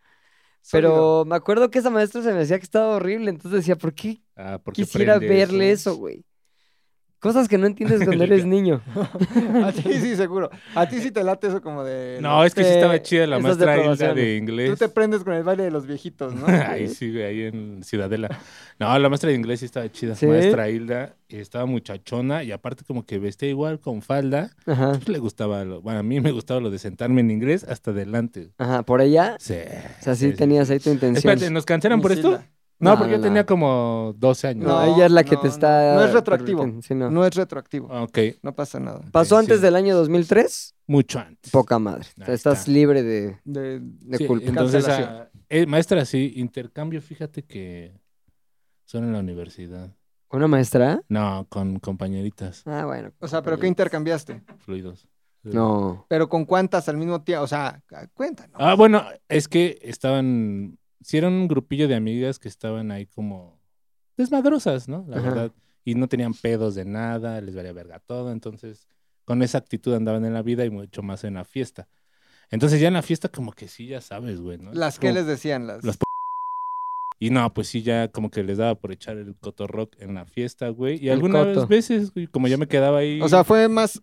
S4: Sólido.
S2: Pero me acuerdo que esa maestra se me decía que estaba horrible. Entonces decía, ¿por qué
S3: Ah, porque
S2: quisiera
S3: prende
S2: verle
S3: eso.
S2: eso, güey? Cosas que no
S4: <laughs>
S2: entiendes cuando eres niño.
S4: A ti sí, seguro. A ti sí te late eso como de...
S3: No, es que sí
S2: eh,
S3: estaba chida la
S2: esas
S3: maestra Hilda
S2: deprobaciones.
S3: de
S4: Tú
S3: inglés. <laughs>
S4: te prendes con el baile de los viejitos, ¿no?
S3: Ahí sí, güey, ahí en Ciudadela. No, la maestra de inglés sí estaba chida.
S2: ¿Sí?
S3: Maestra Hilda estaba muchachona y aparte como que vestía igual con falda.
S2: Ajá.
S3: Pues le gustaba, lo- bueno, a mí me gustaba lo de sentarme en inglés hasta adelante.
S2: Ajá, por allá.
S3: Sí.
S2: O sea, sí
S3: sí.
S2: tenías ahí tu intención.
S3: Espérate, ¿nos cancelan por esto?
S4: Lucila.
S3: No,
S2: No,
S3: porque yo
S2: no.
S3: tenía como 12 años.
S2: No, ella es la que
S4: no,
S2: te
S4: no.
S2: está.
S4: No es retroactivo.
S2: permitiendo, sí, no.
S4: No es retroactivo.
S3: Ok,
S4: No pasa nada.
S2: Pasó
S3: sí.
S2: antes del año 2003,
S3: mucho antes.
S2: poca madre. O sea,
S3: Ahí
S2: estás
S3: está.
S2: libre de,
S4: De-
S2: de
S3: Sí,
S2: culpa.
S3: Entonces,
S4: Cancelación.
S3: ah, eh, maestra, sí, intercambio, fíjate que son en la universidad.
S2: ¿Una maestra?
S3: No, con compañeritas,
S2: Ah, bueno.
S4: O sea, ¿pero qué intercambiaste?
S3: fluidos.
S2: No.
S4: ¿Pero con cuántas al mismo tiempo? O sea, cuéntanos.
S3: Ah, bueno, es que estaban, sí eran un grupillo de amigas que estaban ahí como desmadrosas, ¿no? La
S2: Ajá.
S3: verdad. Y no tenían pedos de nada, les valía verga todo. Entonces, con esa actitud andaban en la vida y mucho más en la fiesta. Entonces, ya en la fiesta como que sí, ya sabes, güey, ¿no?
S4: Las que
S3: Como-
S4: les decían las...
S3: Las- Y no, pues sí, ya como que les daba por echar el cotorrock en la fiesta, güey. Y
S2: El
S3: algunas
S2: coto.
S3: veces, güey, como yo me quedaba ahí.
S4: O sea, fue más...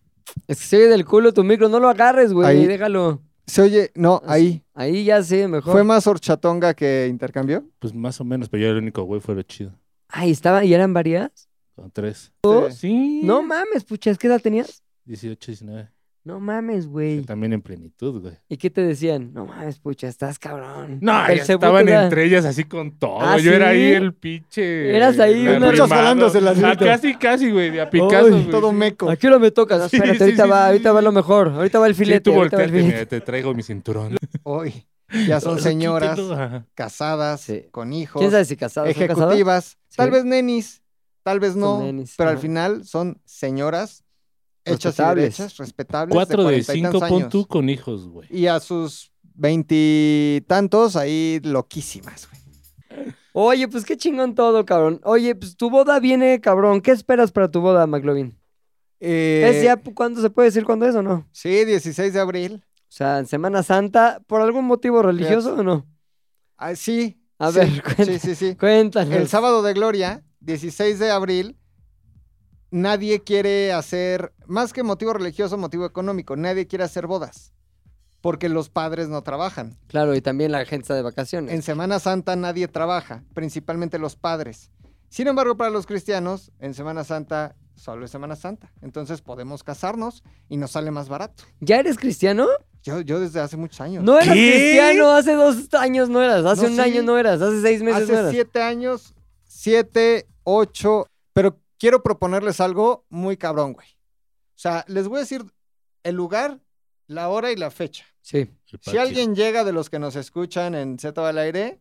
S2: Es que se oye del culo tu micro, no lo agarres, güey.
S4: Ahí.
S2: Déjalo.
S4: Se oye... No, ahí.
S2: Ahí ya sí, mejor.
S4: ¿Fue más horchatonga que intercambió?
S3: pues más o menos, pero yo era el único güey, fue lo chido.
S2: Ay, estaba, ¿y eran varias?
S3: Con tres.
S4: Sí.
S3: Sí.
S2: No mames, puchas, ¿qué edad tenías?
S3: 18, 19.
S2: No mames,
S3: O sea,
S2: güey.
S3: También en plenitud, güey.
S2: ¿Y qué te decían? No mames, pucha, estás cabrón.
S3: No, ya
S2: Persecuta.
S3: estaban entre ellas así con todo.
S2: ¿Ah,
S3: Yo era
S2: sí?
S3: ahí el pinche.
S2: Eras ahí
S3: el
S2: un- Muchos
S3: arrimado.
S4: jalándose las
S3: Ah,
S4: nalgas.
S3: casi, casi, güey, de a Picasso. güey.
S4: Todo meco.
S2: ¿A qué hora me tocas? Ah,
S3: Sí,
S2: Espérate,
S3: sí,
S2: ahorita
S3: sí,
S2: va,
S3: sí,
S2: ahorita
S3: sí.
S2: va lo mejor. Ahorita va el
S3: Sí,
S2: filete.
S3: tú
S2: ahorita va el
S3: volteaste,
S2: filete.
S3: mira, <laughs> te traigo mi cinturón.
S4: Hoy
S3: <laughs>
S4: ya son señoras
S3: Ajá.
S4: casadas,
S2: Sí.
S4: con hijos,
S2: ¿Quién sabe si casados son casados?
S4: ejecutivas, tal
S2: Sí.
S4: vez nenis, tal vez no,
S2: nenis,
S4: pero al
S2: ajá.
S4: final son señoras hechas y
S2: Respetables.
S4: derechas, respetables.
S3: Cuatro de
S4: cuarenta y
S3: cinco,
S4: tantos
S3: pon
S4: años.
S3: tú con hijos, güey.
S4: Y a sus veintitantos ahí loquísimas, güey.
S2: Oye, pues qué chingón todo, cabrón. Oye, pues tu boda viene, cabrón. ¿Qué esperas para tu boda, McLovin?
S4: Eh,
S2: ¿Es ya pu- cuándo se puede decir cuándo es o no? O
S4: Sí, 16 de abril.
S2: sea, en Semana Santa, ¿por algún motivo religioso o no?
S4: Ah, sí.
S2: A
S4: sí,
S2: ver, <laughs>
S4: Sí,
S2: cuenta-
S4: sí, sí.
S2: Cuéntanos.
S4: El sábado de gloria, 16 de abril, nadie quiere hacer, más que motivo religioso, motivo económico, nadie quiere hacer bodas. Porque los padres no trabajan.
S2: Claro, y también la gente está de vacaciones.
S4: En Semana Santa nadie trabaja, principalmente los padres. Sin embargo, para los cristianos, en Semana Santa solo es Semana Santa. Entonces podemos casarnos y nos sale más barato.
S2: ¿Ya eres cristiano?
S4: Yo, yo desde hace muchos años.
S2: No eras
S3: ¿Qué?
S2: cristiano, hace dos años no eras, hace
S4: No,
S2: un
S4: sí.
S2: año no eras, hace seis meses no
S4: Hace
S2: eras.
S4: siete años, siete, ocho. Pero quiero proponerles algo muy cabrón, güey. O sea, les voy a decir el lugar, la hora y la fecha.
S2: Sí.
S3: El
S4: Si
S3: patio.
S4: alguien llega de los que nos escuchan en Z al aire,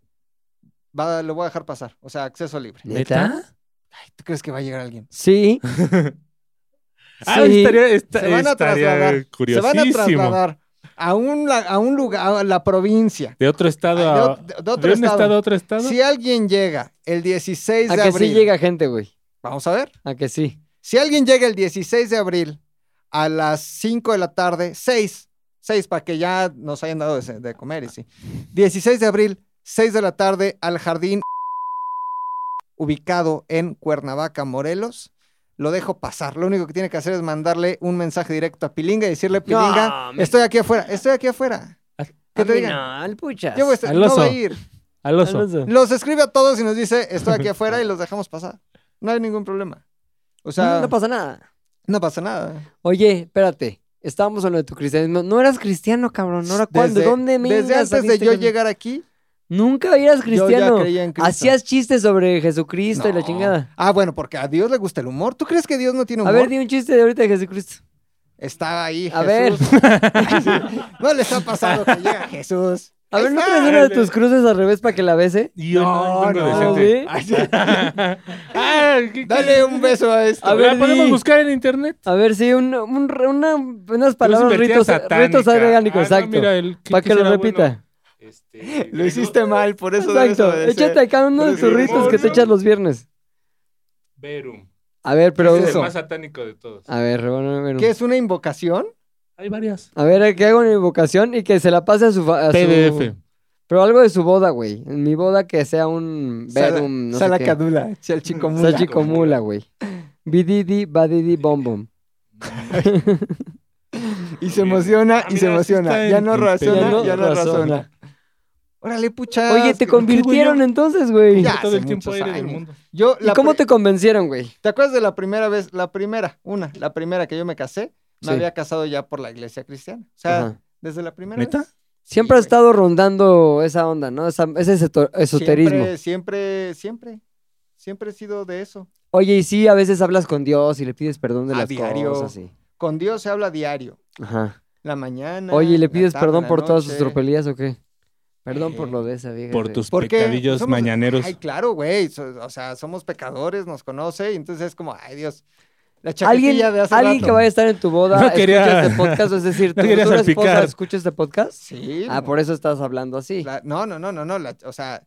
S4: va, lo voy a dejar pasar. O sea, acceso libre.
S3: ¿Neta?
S4: Ay, ¿Tú crees que va a llegar alguien?
S2: Sí.
S3: Ah,
S2: Sí.
S3: estaría, esta-
S4: Se van a
S3: estaría
S4: trasladar. Se van a
S3: curiosísimo.
S4: trasladar a un, la- a un lugar, a la provincia.
S3: De otro estado
S4: Ay, de
S3: a...
S4: ot- de- de otro
S3: un estado.
S4: estado.
S3: a otro estado?
S4: Si alguien llega el 16
S2: A
S4: de
S2: que
S4: abril,
S2: sí llega gente, güey.
S4: vamos a ver.
S2: A que sí.
S4: Si alguien llega el 16 de abril a las 5 de la tarde, 6, 6 para que ya nos hayan dado de, de comer y sí. 16 de abril, 6 de la tarde al jardín ubicado en Cuernavaca, Morelos. Lo dejo pasar. Lo único que tiene que hacer es mandarle un mensaje directo a Pilinga y decirle, Pilinga,
S2: me-
S4: estoy aquí afuera, estoy aquí afuera.
S2: A
S4: ¿Qué te
S2: mí
S4: digan?
S2: No, al puchas.
S4: Yo voy a estar,
S3: Al
S4: no
S3: oso.
S4: va a ir.
S3: Al oso.
S2: Alonso.
S4: Los escribe a todos y nos dice, estoy
S2: <laughs>
S4: aquí afuera y los dejamos pasar. No hay ningún problema. O sea,
S2: No, no pasa nada.
S4: no pasa nada.
S2: Oye, espérate. Estábamos en lo de tu cristianismo. No eras cristiano, cabrón. ¿No era cuándo?
S4: Desde-
S2: ¿Dónde me
S4: Desde antes de yo llegar aquí,
S2: Nunca eras
S4: yo
S2: cristiano.
S4: ya creía en Cristo.
S2: Hacías chistes sobre Jesucristo y la
S4: No.
S2: chingada.
S4: Ah, bueno, porque a Dios le gusta el humor. ¿Tú crees que Dios no tiene
S2: A
S4: humor?
S2: ver, di un chiste de ahorita de Jesucristo.
S4: Está ahí
S2: A
S4: Jesús.
S2: <laughs>
S4: no le está pasando que llega Jesús.
S2: A
S4: Ahí
S2: ver, ¿no
S4: está.
S2: traes una de tus cruces al revés para que la bese?
S3: Yo no, vengo
S4: no,
S3: <laughs>
S2: güey.
S3: decente. Ay, sí.
S2: <laughs>
S3: Ay, ¿qué- qué-
S4: Dale un beso a esto.
S2: A ver,
S3: ¿La podemos
S2: di.
S3: buscar en internet?
S2: A ver, sí, un, un- una- unas
S3: Pero es
S2: palabras,
S3: invertida
S2: ritos,
S3: satánica.
S2: ritos orgánicos,
S3: Ah, no,
S2: exacto.
S3: mira, el- ¿qué-
S2: para
S3: qué
S2: que lo
S3: será
S2: repita.
S3: bueno?
S2: <laughs>
S3: Este,
S4: Lo hiciste mal, por eso debes
S2: Exacto,
S4: obedecer.
S2: échate acá uno de
S4: Pero
S2: tus
S4: sí,
S2: ritos
S4: amor,
S2: que te
S4: ¿no?
S2: echas los viernes.
S3: Verum.
S2: A ver, pero...
S4: ¿Qué
S3: Es
S4: eso?
S3: el más satánico de todos.
S2: A ver, bueno, bueno.
S4: ¿Qué es una invocación?
S3: Ah, Hay varias.
S2: A ver, que haga una invocación y que se la pase a su... fa- a su-
S3: PDF.
S2: Pero algo de su boda, güey. En mi boda que sea un...
S4: Sala-
S2: Verum, no sé
S4: Sala
S2: qué.
S4: Cadula, Chalchicomula.
S2: Salchicomula, güey. Bididi, badidi, bom, bom.
S4: Y se emociona,
S3: Ah,
S4: y se
S3: mira, sí
S4: emociona.
S3: está
S4: Ya
S3: en-
S4: no
S3: en
S4: razona, ya no,
S2: peligro. Ya no
S4: razona.
S2: razona.
S4: Órale, pucha.
S2: Oye, te convirtieron entonces, güey.
S4: Ya,
S3: todo
S4: hace
S3: el tiempo
S4: muchos
S3: aire del
S4: años.
S3: mundo.
S4: Yo,
S2: ¿Y
S4: la
S2: cómo
S4: pri-
S2: te convencieron, güey?
S4: ¿Te acuerdas de la primera vez? La primera, una, la primera que yo me casé, me
S2: Sí.
S4: había casado ya por la iglesia cristiana. O sea,
S2: Ajá.
S4: desde la primera
S3: ¿Neta?
S4: vez.
S2: Siempre
S4: Sí,
S2: ha
S4: güey.
S2: estado rondando esa onda, ¿no? Esa- ese esoto- esoterismo.
S4: Siempre, siempre, siempre. Siempre he sido de eso.
S2: Oye, y sí, a veces hablas con Dios y le pides perdón de
S4: A
S2: las
S4: diario.
S2: cosas. sí.
S4: Con Dios se habla diario.
S2: Ajá.
S4: La mañana.
S2: Oye, ¿y le
S4: la
S2: pides
S4: tarde,
S2: perdón
S4: la
S2: por todas sus
S4: noche.
S2: tropelías o qué? Perdón
S4: Eh,
S2: por lo de esa vieja.
S3: Por
S2: güey.
S3: tus
S4: ¿Por qué?
S3: pecadillos
S4: Somos-
S3: mañaneros.
S4: Ay, claro, güey. so- o sea, somos pecadores, nos conoce. Y entonces es como, ay, Dios. La
S2: ¿Alguien,
S4: chaquetilla de hace
S2: alguien
S4: rato.
S2: que vaya a estar en tu boda
S3: No
S2: escucha
S3: quería- <laughs>
S2: este podcast, o es decir,
S3: No
S2: tu
S3: quería
S2: futura
S3: salpicar.
S2: esposa escucha este podcast.
S4: Sí.
S2: Ah, por eso estás hablando así.
S4: la- no, no, no, no, no. la- o sea,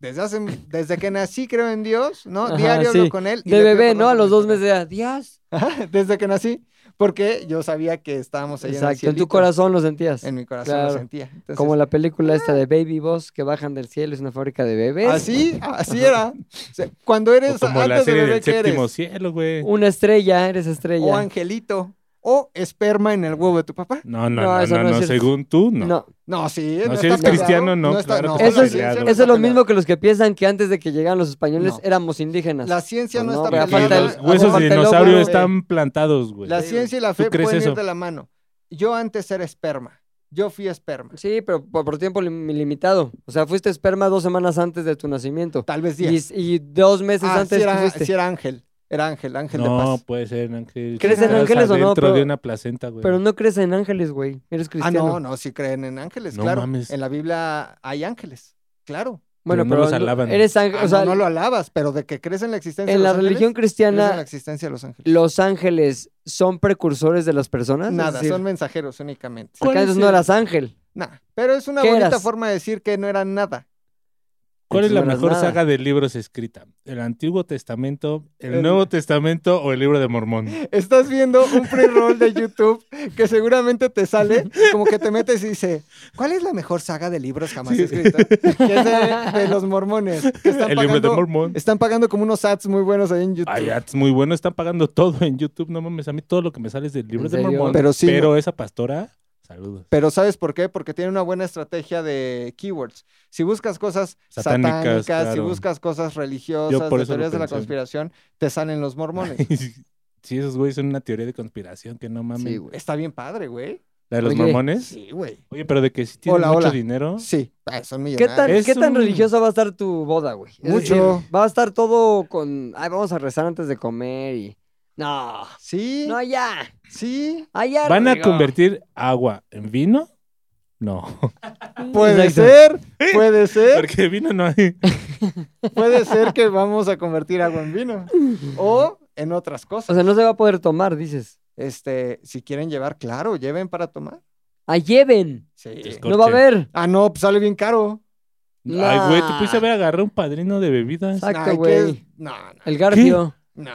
S4: desde hace, desde que nací creo en Dios, ¿no?
S2: Ajá,
S4: Diario hablo
S2: sí.
S4: con él. y
S2: De
S4: le pido
S2: bebé,
S4: perdón
S2: ¿no? A
S4: por
S2: los
S4: mis
S2: dos
S4: pecados.
S2: meses de Dios.
S4: <laughs> desde que nací, porque yo sabía que estábamos allá en el
S2: Exacto, en tu
S4: cielito.
S2: corazón lo sentías.
S4: En mi corazón lo
S2: Claro.
S4: sentía. Entonces,
S2: Como la película
S4: ah.
S2: esta de Baby Boss que bajan del cielo, es una fábrica de bebés.
S4: Así, así era. O sea, cuando
S3: O
S4: eres
S3: como la
S4: antes de
S3: serie
S4: bebé
S3: del
S4: que
S3: séptimo
S4: eres,
S3: cielo, güey.
S2: Una estrella, eres estrella.
S4: o angelito, o esperma en el huevo de tu papá.
S3: No,
S2: No,
S3: no, no,
S2: eso
S3: no,
S2: no es
S3: no,
S2: cierto.
S3: según tú, no.
S2: no.
S4: No, sí.
S3: No, si
S4: está
S3: eres cristiano, no, claro que
S2: está
S4: la
S2: peleado.
S4: ciencia
S2: Eso
S4: no está
S2: es lo
S4: peleada.
S2: mismo que los que piensan que antes de que llegaran los españoles
S4: No.
S2: éramos indígenas.
S4: La ciencia no,
S2: No,
S4: está
S2: güey,
S3: Y
S2: falta
S4: peleada.
S2: el-
S3: los huesos
S2: aparte
S3: de
S2: el óvulo,
S3: dinosaurio
S2: güey.
S3: están plantados, pues, güey.
S4: La ciencia y la fe
S3: ¿Tú crees
S4: pueden ir
S3: eso?
S4: de la mano. Yo antes era esperma. Yo fui esperma.
S2: Sí, pero por, por tiempo lim- limitado. O sea, fuiste esperma dos semanas antes de tu nacimiento.
S4: Tal vez 10.
S2: Y, y dos meses
S4: Ah, sí
S2: antes que
S4: era,
S2: fuiste.
S4: sí era ángel. Era ángel, ángel de
S3: No,
S4: paz. Ah,
S3: puede ser, Ángel.
S2: ¿Crees
S4: en
S3: Estás
S2: ángeles o no?
S3: adentro
S2: Pero-
S3: de una placenta, güey.
S2: Pero no crees en ángeles, güey. Eres
S4: Ah,
S2: cristiano.
S4: no, no, sí creen en ángeles,
S3: No
S4: claro.
S3: mames.
S4: En la Biblia hay ángeles, claro.
S2: Bueno,
S3: pero no
S2: pero,
S3: los
S2: no-
S3: alaban.
S2: eres ángel.
S4: Ah,
S2: o sea,
S4: no, no lo alabas, pero de que crees en la existencia
S2: en
S4: de
S2: la
S4: los ángeles,
S2: religión
S4: crees en la
S2: cristiana,
S4: existencia de los ángeles.
S2: los ángeles son precursores de las personas. Es
S4: Nada,
S2: decir,
S4: son mensajeros únicamente.
S2: porque antes no eras ángel.
S4: Nada, pero es una
S2: ¿Qué
S4: bonita
S2: eras?
S4: forma de decir que no era nada.
S3: ¿Cuál es la
S2: no eras
S3: mejor
S2: nada.
S3: saga de libros escrita? ¿El Antiguo Testamento, el,
S4: El-
S3: Nuevo Testamento o el Libro de Mormón?
S4: Estás viendo un pre-roll de YouTube que seguramente te sale, como que te metes y dice, ¿cuál es la mejor saga de libros jamás
S3: Sí.
S4: escrita? Que es de, de los mormones. que están
S3: El Libro de
S4: pagando-
S3: Mormón.
S4: Están pagando como unos ads muy buenos ahí en YouTube.
S3: Ay, ads muy bueno, están pagando todo en YouTube. No mames, a mí todo lo que me sale es del libro
S2: ¿En
S3: de
S2: serio?
S3: Mormón.
S4: Pero sí,
S3: Pero esa pastora, saludos.
S4: Pero ¿sabes por qué? Porque tiene una buena estrategia de keywords. Si buscas cosas satánicas,
S3: Satánicas,
S4: si
S3: claro.
S4: buscas cosas religiosas,
S3: Yo por
S4: de
S3: eso lo
S4: teorías de la
S3: pensé.
S4: conspiración, te salen los mormones.
S3: <laughs> Sí, esos güeyes son una teoría de conspiración que no mames.
S2: Sí, güey.
S4: Está bien padre, güey.
S3: ¿La de los
S2: Oye,
S3: mormones?
S4: Sí, güey.
S3: Oye, pero de que si tienen
S4: Hola,
S3: mucho
S4: hola.
S3: dinero.
S4: Sí, ah, son
S2: ¿Qué tan,
S4: millonarios.
S3: Es
S2: ¿qué tan
S3: un-
S2: religiosa va a estar tu boda, güey? Es decir,
S4: Mucho.
S2: va a estar todo con. Ay, vamos a rezar antes de comer y. No.
S4: Sí,
S2: No, allá.
S4: sí.
S2: Allá.
S3: ¿Van a
S2: Rodrigo.
S3: convertir agua en vino? No.
S4: Puede
S2: Exacto.
S3: ¿Eh?
S4: ser, puede ser,
S3: <laughs> Porque vino no hay.
S4: <laughs> puede ser que vamos a convertir agua
S2: <laughs>
S4: en vino. O en otras
S2: O
S4: cosas.
S2: sea, no se va a poder tomar, dices.
S4: Este, si quieren llevar, claro, lleven para tomar.
S2: ¡A Ah, lleven!
S4: Sí.
S3: Es
S2: No va a
S3: Corche.
S2: haber.
S4: Ah, no, pues sale bien caro.
S2: Nah.
S3: Ay, güey, tú pudiste haber agarrado un padrino de bebidas.
S2: Exacto,
S4: Ay, ¿qué?
S2: güey.
S4: No, no.
S2: El Garfio.
S4: No.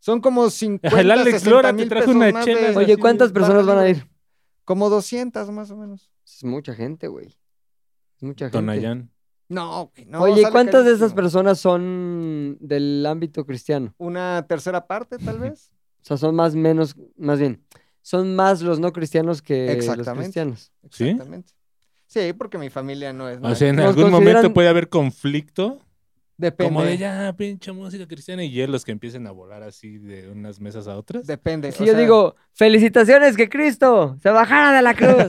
S4: Son como 50,
S3: El Alex
S4: 60
S3: Lora te
S4: mil
S3: trajo
S4: pesos
S3: una
S4: más
S3: chela.
S4: de-
S2: Oye, ¿cuántas personas van a ir?
S4: Como 200 más o menos.
S2: Es mucha gente, güey. Es mucha gente.
S3: Tonayán.
S4: No, güey, no.
S2: Oye,
S4: sale
S2: ¿cuántas de
S4: carísimo.
S2: esas personas son del ámbito cristiano?
S4: Una tercera
S2: <laughs>
S4: parte, tal vez.
S2: O sea, son más menos, más bien, son más los no cristianos que los
S4: Exactamente.
S2: cristianos.
S3: ¿Sí?
S4: Exactamente. Sí, porque mi familia no es.
S3: O sea, en
S2: Nos
S3: algún momento
S2: consideran-
S3: puede haber conflicto.
S4: depende.
S3: Como de ya, pinche música cristiana y hielos que empiecen a volar así de unas mesas a otras.
S4: Depende.
S2: Si
S4: o
S2: yo
S4: sea-
S2: digo, felicitaciones que Cristo se bajara
S4: <laughs>
S2: de la cruz.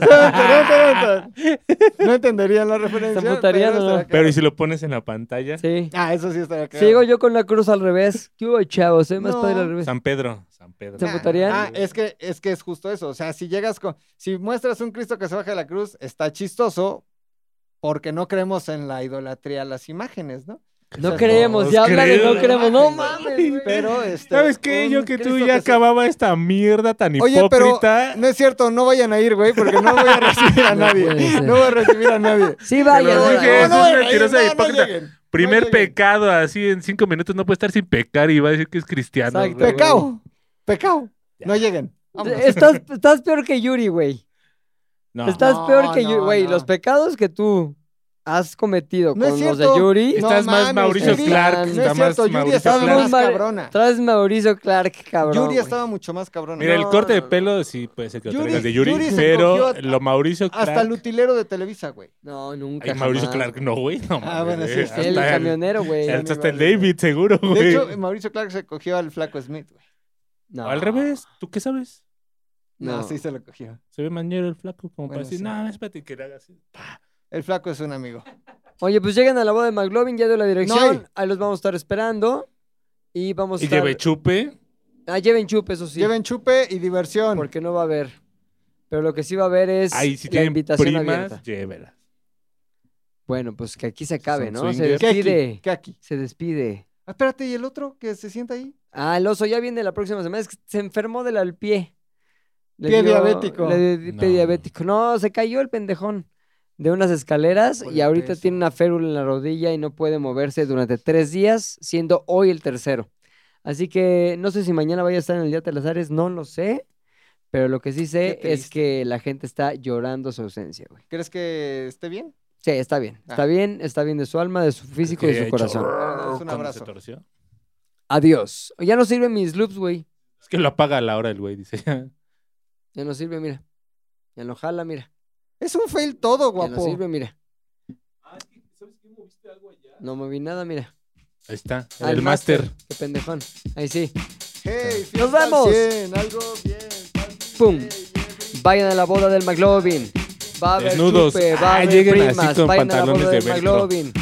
S4: No entenderían la referencia.
S2: Se emputarían,
S4: pero
S2: ¿o no?
S4: estaría
S3: Pero
S4: claro.
S3: ¿y si lo pones en la pantalla?
S2: sí.
S4: Ah, eso sí estaría claro.
S2: Sigo yo con la cruz al revés. ¿Qué hubo, chavos? Soy más
S4: No.
S2: padre al revés.
S3: San Pedro. San Pedro.
S2: ¿Se
S4: Nah,
S2: emputarían?
S4: Ah, es que, es que es justo eso. O sea, si llegas con. Si muestras un Cristo que se baja de la cruz, está chistoso porque no creemos en la idolatría a las imágenes, ¿no?
S2: No
S4: Nos
S2: creemos, ya habla de no creemos. No mames, güey.
S4: Pero este.
S3: ¿Sabes qué?
S4: un
S3: Yo que tú
S4: Cristo
S3: ya
S4: que se-
S3: acababa esta mierda tan
S4: Oye, pero
S3: hipócrita.
S4: No es cierto, no vayan a ir, güey, porque no voy a
S3: <laughs>
S4: recibir a
S2: No puede
S4: nadie.
S2: ser.
S4: No voy a recibir a nadie.
S2: Sí,
S3: Te
S2: vaya.
S3: lo
S2: vaya.
S3: dije, es
S4: no,
S3: un
S4: no,
S3: mentiroso
S4: no, no
S3: hipócrita.
S4: lleguen.
S3: Primer
S4: lleguen.
S3: pecado, así en cinco minutos no puede estar sin pecar y va a decir que es cristiano.
S2: Exacto.
S3: güey.
S4: Pecao. Pecao. No lleguen. Vámonos.
S2: Estás, estás peor que Yuri, güey.
S3: No,
S2: Estás
S4: No,
S2: peor que
S4: no,
S2: Yuri, güey.
S4: no.
S2: Los pecados que tú has cometido
S4: No es
S2: con los de
S4: cierto.
S2: Yuri.
S4: No
S3: Estás más
S4: mames,
S3: Mauricio
S2: Yuri.
S3: Clark.
S2: No es
S4: No
S3: está
S4: es cierto,
S3: más
S4: Yuri
S3: Mauricio
S4: estaba
S3: Clark.
S4: más
S2: Clark.
S4: cabrona.
S2: Traes Mauricio Clark, cabrón.
S4: Yuri
S2: güey.
S4: estaba mucho más cabrona.
S3: Mira, el
S4: No,
S3: corte de
S4: no, no.
S3: pelo sí puede ser que lo
S4: Yuri-
S3: traigas de Yuri,
S4: Yuri se
S3: pero
S4: cogió
S3: lo Mauricio Clark.
S4: Hasta el utilero de Televisa, güey.
S2: No, nunca.
S3: Ay, Mauricio
S2: jamás.
S3: Clark, no, güey. No, mames,
S4: Ah, bueno, sí,
S3: eh,
S4: sí,
S3: hasta
S2: El camionero, güey.
S3: hasta- hasta el
S4: Vale.
S3: David, seguro, güey.
S4: De hecho, Mauricio Clark se cogió al flaco Smith, güey.
S2: No.
S3: Al revés, ¿tú qué sabes?
S4: No,
S2: No.
S4: sí se lo cogió.
S3: Se ve mañero el flaco, como
S4: Bueno,
S3: para decir,
S4: sí.
S3: no, espérate que le haga así.
S4: El flaco es un amigo.
S2: Oye, pues llegan a la boda de McLovin, ya dio la dirección.
S4: hay.
S2: Ahí los vamos a estar esperando. Y vamos a
S3: Y
S2: estar...
S3: lleve chupe.
S2: Ah, lleven chup, eso sí.
S4: Lleven chupe y diversión.
S2: Porque no va a haber. Pero lo que sí va a haber es
S3: Ahí si
S2: la
S3: tienen
S2: invitación
S3: primas,
S2: abierta.
S3: llévelas.
S2: Bueno, pues que aquí se acabe,
S3: Son
S2: ¿no? Se
S3: swingers.
S4: ¿Qué aquí?
S2: despide.
S4: ¿Qué aquí?
S2: Se despide.
S4: Ah, espérate, ¿y el otro que se sienta ahí?
S2: Ah, el oso ya viene la próxima semana. Es que se enfermó del al pie. Le
S4: Pie diabético.
S2: Le dio di- pie
S3: No.
S2: diabético. No, se cayó el pendejón de unas escaleras
S4: Por
S2: y
S4: el
S2: ahorita
S4: peso.
S2: tiene una férula en la rodilla y no puede moverse durante tres días, siendo hoy el tercero. Así que no sé si mañana vaya a estar en el Día de las Ares, no lo sé. Pero lo que sí sé
S4: Qué
S2: es que la gente está llorando su ausencia, güey.
S4: ¿Crees que esté bien?
S2: Sí, está bien.
S4: Ah.
S2: Está bien, está bien de su alma, de su físico y de
S3: Que
S2: su
S3: haya
S2: corazón.
S3: hecho, "Rrr",
S4: Es un
S3: cuando
S4: abrazo.
S3: se torció.
S2: Adiós. Ya no sirven mis loops, güey.
S3: Es que lo apaga a la hora el güey, dice. <laughs>
S2: Ya no sirve, mira. Ya no jala, mira.
S4: Es un fail
S2: Ya
S4: todo,
S2: no
S4: guapo.
S2: sirve, mira. No moví nada, mira.
S3: Ahí está,
S2: Ah,
S3: el máster.
S2: Qué pendejón. Ahí sí.
S4: Hey, fiesta
S2: ¡Nos vamos!
S4: al 100, algo bien. party,
S2: ¡Pum!
S4: hey, hey.
S2: Vayan a la boda del McLovin. Va a haber
S3: Desnudos.
S2: chupe, va a
S3: Ah,
S2: haber
S3: lleguen así
S2: primas.
S3: con
S2: Vayan a la boda
S3: pantalones de
S2: del
S3: velcro.
S2: McLovin.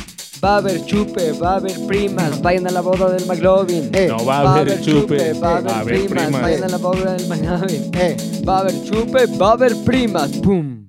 S2: Va a haber chupe, va a haber primas. Vayan a la boda del McLovin.
S4: Eh,
S3: No va a haber chupe,
S2: va a haber primas. Vayan a la boda del McLovin.
S4: Eh,
S2: Va a haber chupe, va a haber primas. ¡Pum!